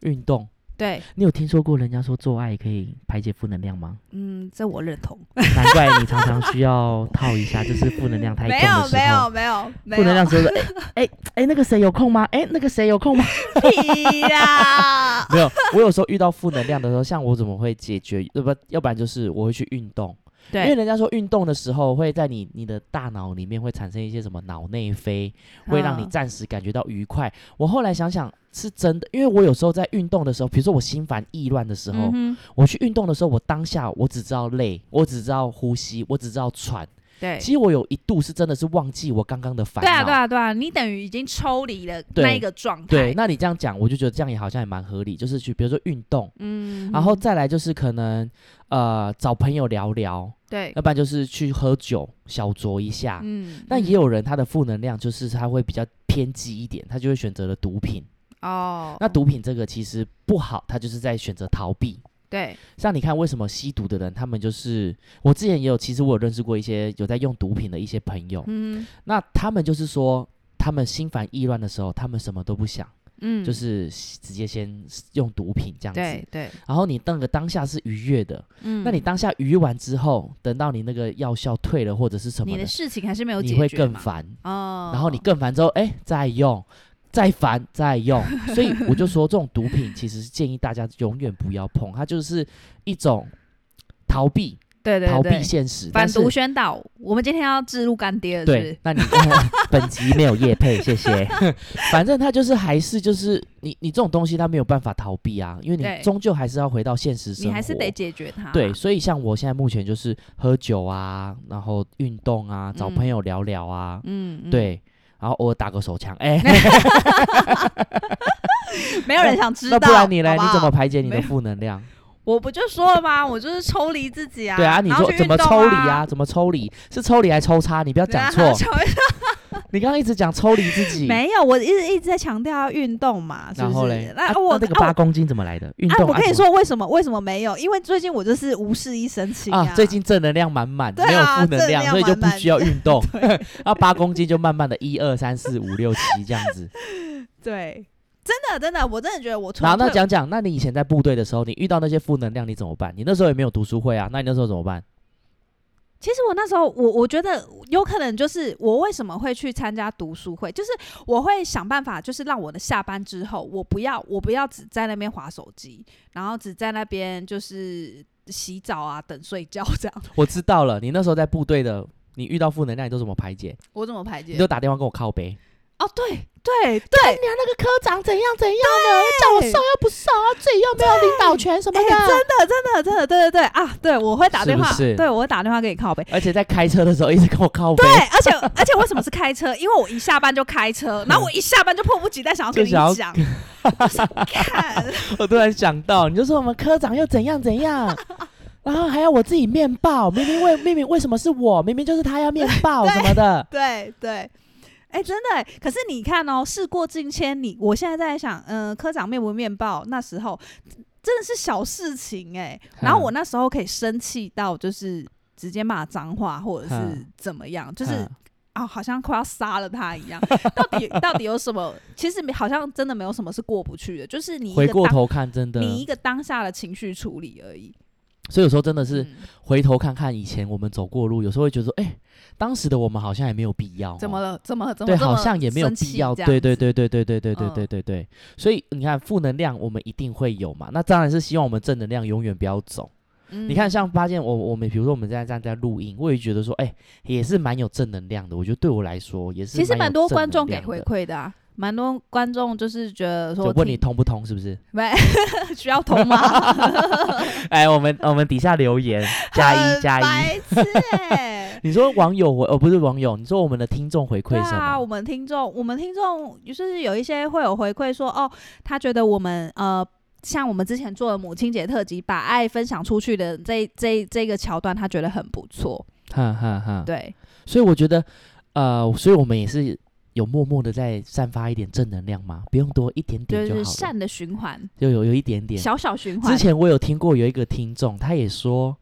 [SPEAKER 2] 运动。
[SPEAKER 1] 对，
[SPEAKER 2] 你有听说过人家说做爱可以排解负能量
[SPEAKER 1] [laughs]
[SPEAKER 2] 吗？
[SPEAKER 1] 嗯，这我认同。
[SPEAKER 2] 难怪你常常需要套一下，就是负能量太重的
[SPEAKER 1] 没
[SPEAKER 2] 时
[SPEAKER 1] 有
[SPEAKER 2] 候。
[SPEAKER 1] 没有没有没
[SPEAKER 2] 不能
[SPEAKER 1] 有
[SPEAKER 2] 让，所有的哎哎哎，那个谁有空吗？哎、那个谁有空吗？
[SPEAKER 1] [laughs] 屁呀！
[SPEAKER 2] [laughs] 没有，我有时候遇到负能量的时候，像我怎么会解决？要不，要不然就是我会去运动， [laughs] 因为
[SPEAKER 1] 对，
[SPEAKER 2] 人家说运动的时候会在你你的大脑里面会产生一些什么脑内啡，会让你
[SPEAKER 1] 嗯
[SPEAKER 2] 暂时感觉到愉快。我后来想想是真的，因为我有时候在运动的时候，比如说我心烦意乱的时候，
[SPEAKER 1] 嗯哼
[SPEAKER 2] 我去运动的时候，我当下我只知道累，我只知道呼吸，我只知道喘。
[SPEAKER 1] 对
[SPEAKER 2] 其实我有一度是真的是忘记我刚刚的烦
[SPEAKER 1] 对
[SPEAKER 2] 恼。
[SPEAKER 1] 啊对啊对啊，你等于已经抽离了
[SPEAKER 2] 对
[SPEAKER 1] 那一个状态。
[SPEAKER 2] 对，，那你这样讲，我就觉得这样也好像也蛮合理，就是去比如说运动，
[SPEAKER 1] 嗯
[SPEAKER 2] 然后再来就是可能呃找朋友聊聊，
[SPEAKER 1] 对，
[SPEAKER 2] 要不然就是去喝酒小酌一下。
[SPEAKER 1] 嗯，
[SPEAKER 2] 那
[SPEAKER 1] 嗯
[SPEAKER 2] 也有人他的负能量就是他会比较偏激一点，他就会选择了毒品。
[SPEAKER 1] 哦，
[SPEAKER 2] 那毒品这个其实不好，他就是在选择逃避。
[SPEAKER 1] 对
[SPEAKER 2] 像你看，为什么吸毒的人，他们就是我之前也有，其实我有认识过一些有在用毒品的一些朋友，
[SPEAKER 1] 嗯
[SPEAKER 2] 那他们就是说，他们心烦意乱的时候，他们什么都不想，
[SPEAKER 1] 嗯，
[SPEAKER 2] 就是直接先用毒品这样子
[SPEAKER 1] 对。对，
[SPEAKER 2] 然后你那个当下是愉悦的，
[SPEAKER 1] 嗯
[SPEAKER 2] 那你当下愉悦完之后，等到你那个药效退了或者是什么
[SPEAKER 1] 你的事情还是没有解
[SPEAKER 2] 你
[SPEAKER 1] 决
[SPEAKER 2] 会更
[SPEAKER 1] 嘛
[SPEAKER 2] 烦。
[SPEAKER 1] 哦，
[SPEAKER 2] 然后你更烦之后，哎、再用，再烦，再用。所以我就说，这种毒品其实是建议大家永远不要碰，它就是一种逃避，
[SPEAKER 1] 对对
[SPEAKER 2] 逃
[SPEAKER 1] 对
[SPEAKER 2] 避现实。
[SPEAKER 1] 反
[SPEAKER 2] 但
[SPEAKER 1] 毒
[SPEAKER 2] 是
[SPEAKER 1] 宣导，我们今天要置入干爹了，是不
[SPEAKER 2] 对
[SPEAKER 1] 是？，
[SPEAKER 2] 那你哦 [laughs] 本集没有叶配，
[SPEAKER 1] [laughs]
[SPEAKER 2] 谢谢。反正它就是还是就是你你这种东西，它没有办法逃避啊，因为
[SPEAKER 1] 对
[SPEAKER 2] 你终究还是要回到现实生活。
[SPEAKER 1] 你还是得啊解决它。
[SPEAKER 2] 对，所以像我现在目前就是喝酒啊，然后运动啊，找
[SPEAKER 1] 嗯
[SPEAKER 2] 朋友聊聊啊，
[SPEAKER 1] 嗯，嗯，
[SPEAKER 2] 对，然后偶尔打个手枪，哎、
[SPEAKER 1] 没有人想 [laughs] 知道。
[SPEAKER 2] 那不然你嘞？
[SPEAKER 1] 好不好
[SPEAKER 2] 你怎么？排解你
[SPEAKER 1] 没
[SPEAKER 2] 的
[SPEAKER 1] 有
[SPEAKER 2] 负能量？
[SPEAKER 1] 我不就说了吗？我就是抽离自己啊。
[SPEAKER 2] 对啊，你
[SPEAKER 1] 然后
[SPEAKER 2] 说
[SPEAKER 1] 去
[SPEAKER 2] 怎么
[SPEAKER 1] 运动
[SPEAKER 2] 抽离
[SPEAKER 1] 啊？
[SPEAKER 2] 啊？怎么抽离？是抽离还抽插？你不要
[SPEAKER 1] 对啊 [laughs]
[SPEAKER 2] 讲错。
[SPEAKER 1] 抽离
[SPEAKER 2] 你刚刚一直讲抽离自己，
[SPEAKER 1] 没有，我一直一直在强调要运动嘛，是
[SPEAKER 2] 然
[SPEAKER 1] 不
[SPEAKER 2] 后
[SPEAKER 1] 是
[SPEAKER 2] 嘞？，
[SPEAKER 1] 那
[SPEAKER 2] 啊
[SPEAKER 1] 我
[SPEAKER 2] 那个
[SPEAKER 1] 啊
[SPEAKER 2] 八公斤怎么来的？运
[SPEAKER 1] 啊，
[SPEAKER 2] 动
[SPEAKER 1] 我跟你
[SPEAKER 2] 什么
[SPEAKER 1] 说为什么为什么没有？因为最近我就是无事一身轻
[SPEAKER 2] 啊，最近正能量满满，
[SPEAKER 1] 对
[SPEAKER 2] 没有
[SPEAKER 1] 啊
[SPEAKER 2] 负能
[SPEAKER 1] 正
[SPEAKER 2] 量，
[SPEAKER 1] 量
[SPEAKER 2] 所以就不
[SPEAKER 1] 满满
[SPEAKER 2] 需要运
[SPEAKER 1] [laughs]
[SPEAKER 2] 动。 [laughs] 然后八公斤就慢慢的一二三四五六七这样
[SPEAKER 1] [laughs]
[SPEAKER 2] 子。
[SPEAKER 1] 对，真的真的，我真的觉得我
[SPEAKER 2] 然后
[SPEAKER 1] 纯
[SPEAKER 2] 那
[SPEAKER 1] 粹
[SPEAKER 2] 讲讲，那你以前在部队的时候，你遇到那些负能量，你怎么办？你那时候也没有读书会啊，那你那时候怎么办？
[SPEAKER 1] 其实我那时候，我我觉得有可能就是我为什么会去参加读书会，就是我会想办法，就是让我的下班之后，我不要我不要只在那边划手机，然后只在那边就是洗澡啊、等睡觉这样。
[SPEAKER 2] 我知道了，你那时候在部队的，你遇到负能量，你都怎么排解？
[SPEAKER 1] [laughs] 我怎么排
[SPEAKER 2] 你
[SPEAKER 1] 解
[SPEAKER 2] 都？打电话跟我靠背。
[SPEAKER 1] 哦，对对对，
[SPEAKER 4] 你那个科长怎样怎样的，叫
[SPEAKER 1] 我
[SPEAKER 4] 我
[SPEAKER 1] 瘦
[SPEAKER 4] 瘦又不瘦啊，自己又没有领导权什么
[SPEAKER 1] 哎、真
[SPEAKER 4] 的。
[SPEAKER 1] 的真的真的，对对对啊，对我会打
[SPEAKER 2] 是
[SPEAKER 1] 电
[SPEAKER 2] 不
[SPEAKER 1] 话，
[SPEAKER 2] 是
[SPEAKER 1] 对我会打电话给你靠背。
[SPEAKER 2] 而且在开车的时候一直跟我靠背
[SPEAKER 1] 对，，而且而且为什么是开车？因为我一下班就开
[SPEAKER 2] [laughs]
[SPEAKER 1] 车，然后我一下班就迫不及待想要跟你
[SPEAKER 2] 就想要
[SPEAKER 1] 讲，我 [laughs] 想看。
[SPEAKER 2] [laughs] 我突然想到，你就说我们科长又怎样怎
[SPEAKER 1] [laughs]
[SPEAKER 2] 样，然后还要我自己面爆，明明为明明为什么是我，明明就是他要面
[SPEAKER 1] [laughs]
[SPEAKER 2] 爆什么的，
[SPEAKER 1] 对对，哎、真的欸、可是你看哦，事过境迁，你我现在在想，嗯、科长面不面包那时候真的是小事情哎、然后我那时候可以生气到就是直接骂脏话，或者是
[SPEAKER 2] 嗯
[SPEAKER 1] 怎么样，就是
[SPEAKER 2] 嗯
[SPEAKER 1] 啊、好像快要杀了他一样。到底到底有什么？其实好像真的没有什么是过不去的，就是你一
[SPEAKER 2] 回
[SPEAKER 1] 个
[SPEAKER 2] 过
[SPEAKER 1] 当
[SPEAKER 2] 头看真的，
[SPEAKER 1] 你一个当下的情绪处理而已。
[SPEAKER 2] 所以有时候真的是
[SPEAKER 1] 嗯
[SPEAKER 2] 回头看看以前我们走过的路，有时候会觉得说，哎、当时的我们好像也没有必要、哦
[SPEAKER 1] 怎么？了？怎么怎么
[SPEAKER 2] 对，
[SPEAKER 1] 这
[SPEAKER 2] 好
[SPEAKER 1] 么
[SPEAKER 2] 像也没有
[SPEAKER 1] 生
[SPEAKER 2] 必
[SPEAKER 1] 气
[SPEAKER 2] 要。
[SPEAKER 1] 这
[SPEAKER 2] 对
[SPEAKER 1] 样子
[SPEAKER 2] 对对对对对对对
[SPEAKER 1] 嗯
[SPEAKER 2] 对对对。所以你看，负能量我们一定会有嘛。那当然是希望我们正能量永远不要走。你看，
[SPEAKER 1] 嗯
[SPEAKER 2] 像发现我我们，比如说我们现在这样在录音，我也觉得说，哎、也是蛮有正能量的。我觉得对我来说也是
[SPEAKER 1] 其实蛮
[SPEAKER 2] 蛮有
[SPEAKER 1] 多
[SPEAKER 2] 正
[SPEAKER 1] 观众给
[SPEAKER 2] 能量
[SPEAKER 1] 回
[SPEAKER 2] 的，
[SPEAKER 1] 馈的啊，蛮多观众就是觉得说
[SPEAKER 2] 就问你
[SPEAKER 1] 挺
[SPEAKER 2] 通不通，是不是？
[SPEAKER 1] 喂 [laughs] 需要通吗？
[SPEAKER 2] [laughs] 哎，我们我们底下留言加一加一。 [laughs]
[SPEAKER 1] 白痴欸
[SPEAKER 2] 你说网友回哦，不是网友，你说我们的听众回馈
[SPEAKER 1] 对
[SPEAKER 2] 什
[SPEAKER 1] 啊，我
[SPEAKER 2] 么？
[SPEAKER 1] 们听众，我们听众就是有一些会有回馈说，哦，他觉得我们呃，像我们之前做的母亲节特辑，把爱分享出去的这这这个桥段，他觉得很不错。
[SPEAKER 2] 哈哈哈。
[SPEAKER 1] 对，
[SPEAKER 2] 所以我觉得，呃，所以我们也是有默默的在散发一点正能量嘛，不用多，一点
[SPEAKER 1] 就
[SPEAKER 2] 点好
[SPEAKER 1] 是
[SPEAKER 2] 了，
[SPEAKER 1] 善的循环，
[SPEAKER 2] 就有有一点点。
[SPEAKER 1] 小小循环。
[SPEAKER 2] 之前我有听过有一个听众，他也说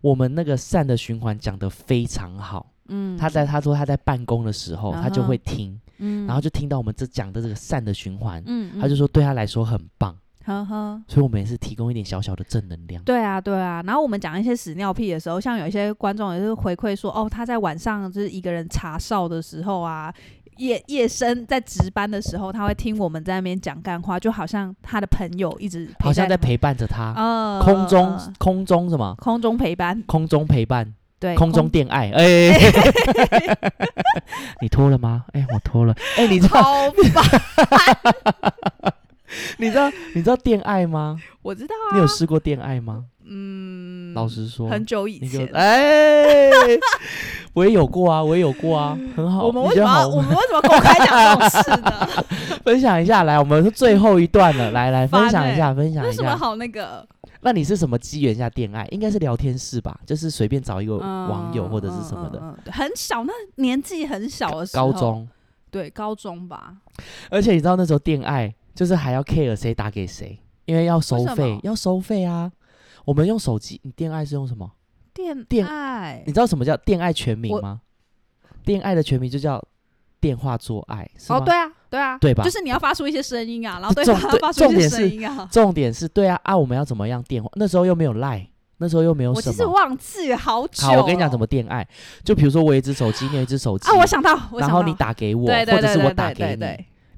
[SPEAKER 2] 我们那个善的循环讲得非常好。
[SPEAKER 1] 嗯，
[SPEAKER 2] 他在他说他在办公的时候，他就
[SPEAKER 1] 嗯哼
[SPEAKER 2] 会听，
[SPEAKER 1] 嗯，
[SPEAKER 2] 然后就听到我们这讲的这个善的循环，
[SPEAKER 1] 嗯，嗯
[SPEAKER 2] 他就说对他来说很棒。
[SPEAKER 1] 呵呵。
[SPEAKER 2] 所以我们也是提供一点小小的正能量。
[SPEAKER 1] 对啊，对啊。然后我们讲一些屎尿屁的时候，像有一些观众也是回馈说，哦，他在晚上就是一个人茶哨的时候啊，夜夜深在值班的时候，他会听我们在那边讲干话，就好像他的朋友一直陪
[SPEAKER 2] 好像在
[SPEAKER 1] 他，
[SPEAKER 2] 陪伴着他，
[SPEAKER 1] 呃，
[SPEAKER 2] 空中
[SPEAKER 1] 呃
[SPEAKER 2] 空中什么？
[SPEAKER 1] 空中陪伴，
[SPEAKER 2] 空中陪伴，
[SPEAKER 1] 对，
[SPEAKER 2] 空中恋爱。哎，
[SPEAKER 1] [laughs]
[SPEAKER 2] [laughs] 你脱了吗？哎，我脱了。哎，你知道 [laughs]
[SPEAKER 1] 超棒，
[SPEAKER 2] 你知道你知道恋爱吗？
[SPEAKER 1] 我知道啊，
[SPEAKER 2] 你有试过恋爱吗？
[SPEAKER 1] 嗯，
[SPEAKER 2] 老实说，
[SPEAKER 1] 很久以
[SPEAKER 2] 你就
[SPEAKER 1] 前。 [laughs]
[SPEAKER 2] 哎，我也有过啊，我也有过啊，很好。
[SPEAKER 1] 我们
[SPEAKER 2] 你
[SPEAKER 1] 为
[SPEAKER 2] 觉
[SPEAKER 1] 什
[SPEAKER 2] 得
[SPEAKER 1] 么要
[SPEAKER 2] 好
[SPEAKER 1] 我们为什么公开讲这种事呢？
[SPEAKER 2] [laughs] 分享一下？来，我们是最后一段了，来来
[SPEAKER 1] 烦
[SPEAKER 2] 分享一下，分享
[SPEAKER 1] 有
[SPEAKER 2] 一
[SPEAKER 1] 什么
[SPEAKER 2] 下。
[SPEAKER 1] 好那个？
[SPEAKER 2] 那你是什么机缘下恋爱？应该是聊天室吧，就是随便找一个网友
[SPEAKER 1] 嗯
[SPEAKER 2] 或者是什么的。
[SPEAKER 1] 嗯嗯嗯很小，那年纪很小的时候，
[SPEAKER 2] 高中，
[SPEAKER 1] 对，高中吧。
[SPEAKER 2] 而且你知道那时候恋爱就是还要 care 谁打给谁，因为要收
[SPEAKER 1] 为什
[SPEAKER 2] 费
[SPEAKER 1] 么，
[SPEAKER 2] 要收费啊。我们用手机，你恋爱是用什么？
[SPEAKER 1] 恋
[SPEAKER 2] 恋
[SPEAKER 1] 爱
[SPEAKER 2] 你知道什么叫恋爱全名
[SPEAKER 1] 哎我
[SPEAKER 2] 吗？恋爱的全名就叫电话做爱，是吗？
[SPEAKER 1] 哦，对啊，对啊，
[SPEAKER 2] 对吧
[SPEAKER 1] 就是你要发出一些声音啊，然后对
[SPEAKER 2] 重
[SPEAKER 1] 方
[SPEAKER 2] 对
[SPEAKER 1] 发出
[SPEAKER 2] 重
[SPEAKER 1] 一些
[SPEAKER 2] 点是
[SPEAKER 1] 声音啊。
[SPEAKER 2] 重点是对啊啊，我们要怎么样电话？那时候又没有赖，那时候又没有
[SPEAKER 1] 我
[SPEAKER 2] 什
[SPEAKER 1] 其实
[SPEAKER 2] 么。
[SPEAKER 1] 忘记了好久。
[SPEAKER 2] 好，我跟你讲怎么恋爱，就比如说我有一只手机，你有一只手机，
[SPEAKER 1] 啊？我想到，我想
[SPEAKER 2] 然
[SPEAKER 1] 到
[SPEAKER 2] 后你打给我，
[SPEAKER 1] 对对
[SPEAKER 2] 或者
[SPEAKER 1] 对
[SPEAKER 2] 是
[SPEAKER 1] 对
[SPEAKER 2] 我
[SPEAKER 1] 对
[SPEAKER 2] 打
[SPEAKER 1] 对
[SPEAKER 2] 给
[SPEAKER 1] 对
[SPEAKER 2] 你。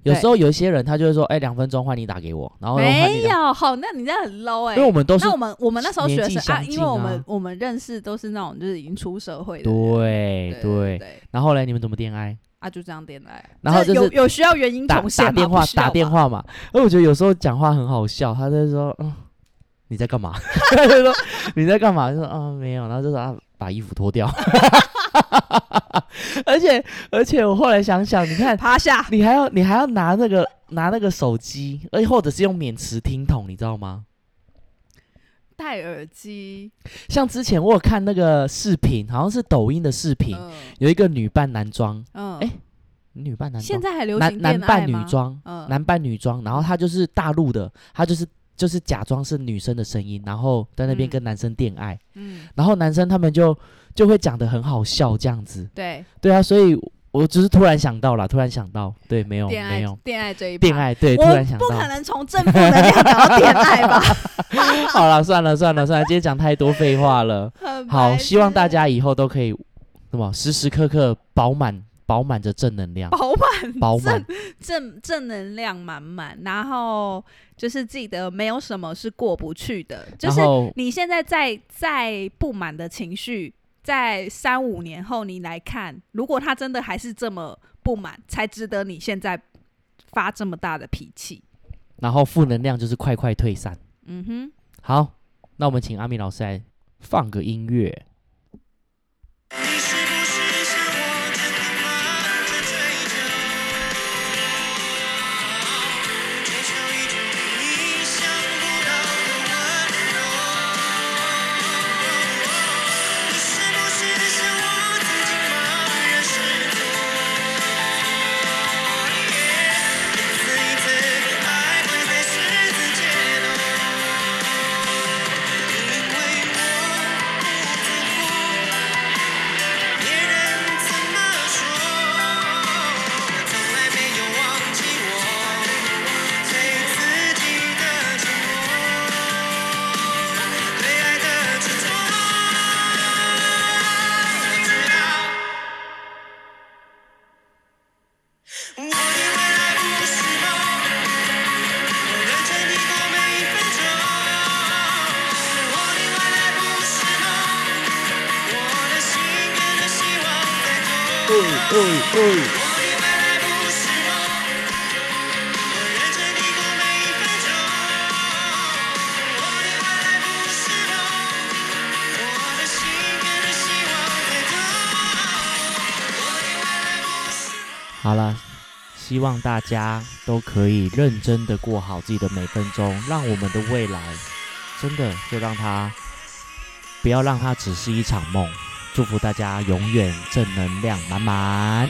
[SPEAKER 1] 对，
[SPEAKER 2] 有时候有一些人他就会说，哎，两分钟换你打给我，然后又换
[SPEAKER 1] 没
[SPEAKER 2] 你打，
[SPEAKER 1] 有，好，那你这样很 low 哎、
[SPEAKER 2] 因为我们都是
[SPEAKER 1] 那我们我们那时候学
[SPEAKER 2] 年纪
[SPEAKER 1] 生啊，
[SPEAKER 2] 相近
[SPEAKER 1] 因为我
[SPEAKER 2] 啊
[SPEAKER 1] 们我们认识都是那种就是已经出社会的人，
[SPEAKER 2] 对
[SPEAKER 1] 对
[SPEAKER 2] 对。
[SPEAKER 1] 对，
[SPEAKER 2] 然后嘞，你们怎么恋爱？
[SPEAKER 1] 啊就这样恋爱，
[SPEAKER 2] 然后
[SPEAKER 1] 这
[SPEAKER 2] 就是
[SPEAKER 1] 有有需要原因
[SPEAKER 2] 打
[SPEAKER 1] 重现
[SPEAKER 2] 打
[SPEAKER 1] 吗
[SPEAKER 2] 电话
[SPEAKER 1] 不需要吧
[SPEAKER 2] 打电话嘛。哎而我觉得有时候讲话很好笑，他就说嗯你在干 [laughs] 嘛？他就说你在干嘛？就说啊没有，然后就说啊把衣服脱掉。 [laughs] 而且而且我后来想想，你看
[SPEAKER 1] 趴
[SPEAKER 2] [laughs]
[SPEAKER 1] 下，
[SPEAKER 2] 你还要你还要拿那个拿那个手机，而且或者是用免磁听筒，你知道吗？
[SPEAKER 1] 戴耳机，
[SPEAKER 2] 像之前我有看那个视频，好像是抖音的视频，
[SPEAKER 1] 嗯
[SPEAKER 2] 有一个女扮男装，
[SPEAKER 1] 嗯，
[SPEAKER 2] 哎女扮男装，
[SPEAKER 1] 现在还流行恋
[SPEAKER 2] 男
[SPEAKER 1] 爱
[SPEAKER 2] 男
[SPEAKER 1] 吗
[SPEAKER 2] 扮女，装，
[SPEAKER 1] 嗯，
[SPEAKER 2] 男扮女装，然后他就是大陆的，他就是就是假装是女生的声音，然后在那边
[SPEAKER 1] 嗯
[SPEAKER 2] 跟男生恋爱，
[SPEAKER 1] 嗯，
[SPEAKER 2] 然后男生他们就就会讲的很好笑这样子，
[SPEAKER 1] 对，
[SPEAKER 2] 对啊，所以我只是突然想到啦，突然想到，对，没有
[SPEAKER 1] 恋爱
[SPEAKER 2] 哦没有
[SPEAKER 1] 恋爱这一趴
[SPEAKER 2] 恋，爱，对，突
[SPEAKER 1] 我
[SPEAKER 2] 然想
[SPEAKER 1] 不
[SPEAKER 2] 到，
[SPEAKER 1] 可能从正负能量讲到恋爱
[SPEAKER 2] [laughs]
[SPEAKER 1] 吧，
[SPEAKER 2] 好了，算了算了算了，今天讲太多废话了，
[SPEAKER 1] 很白
[SPEAKER 2] 好，
[SPEAKER 1] 痴
[SPEAKER 2] 希望大家以后都可以什么时时刻刻饱满饱满着正能量，
[SPEAKER 1] 饱满
[SPEAKER 2] 饱满，
[SPEAKER 1] 正正能量满满，然后就是记得没有什么是过不去的，就
[SPEAKER 2] 然
[SPEAKER 1] 是
[SPEAKER 2] 后
[SPEAKER 1] 你现在在在不满的情绪，在三五年后你来看，如果他真的还是这么不满，才值得你现在发这么大的脾气。
[SPEAKER 2] 然后负能量就是快快退散。
[SPEAKER 1] 嗯哼，
[SPEAKER 2] 好，那我们请阿米老师来放个音乐。
[SPEAKER 3] 你是不是像我天天忙着追求，追求一种你想不到的温柔？你是不是像我曾经茫然失措，一次一次的爱会在十字街头，因为我不在乎。别人怎么说？从来没有忘记我对自己的承诺，对爱的执着。我知道，我的未来不是梦，我认真你过每一分钟。我的未来不是梦。我的心跟着希望在走，我的未来不是梦，我认真地过每一分钟。我的未来不是梦，我的心跟着希望在走，我的未来不是梦。
[SPEAKER 2] 好了，希望大家都可以认真的过好自己的每分钟，让我们的未来真的就让它不要让它只是一场梦。祝福大家永远正能量满满。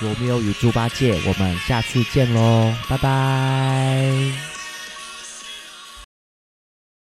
[SPEAKER 2] 罗密欧与猪八戒，我们下次见喽，拜拜。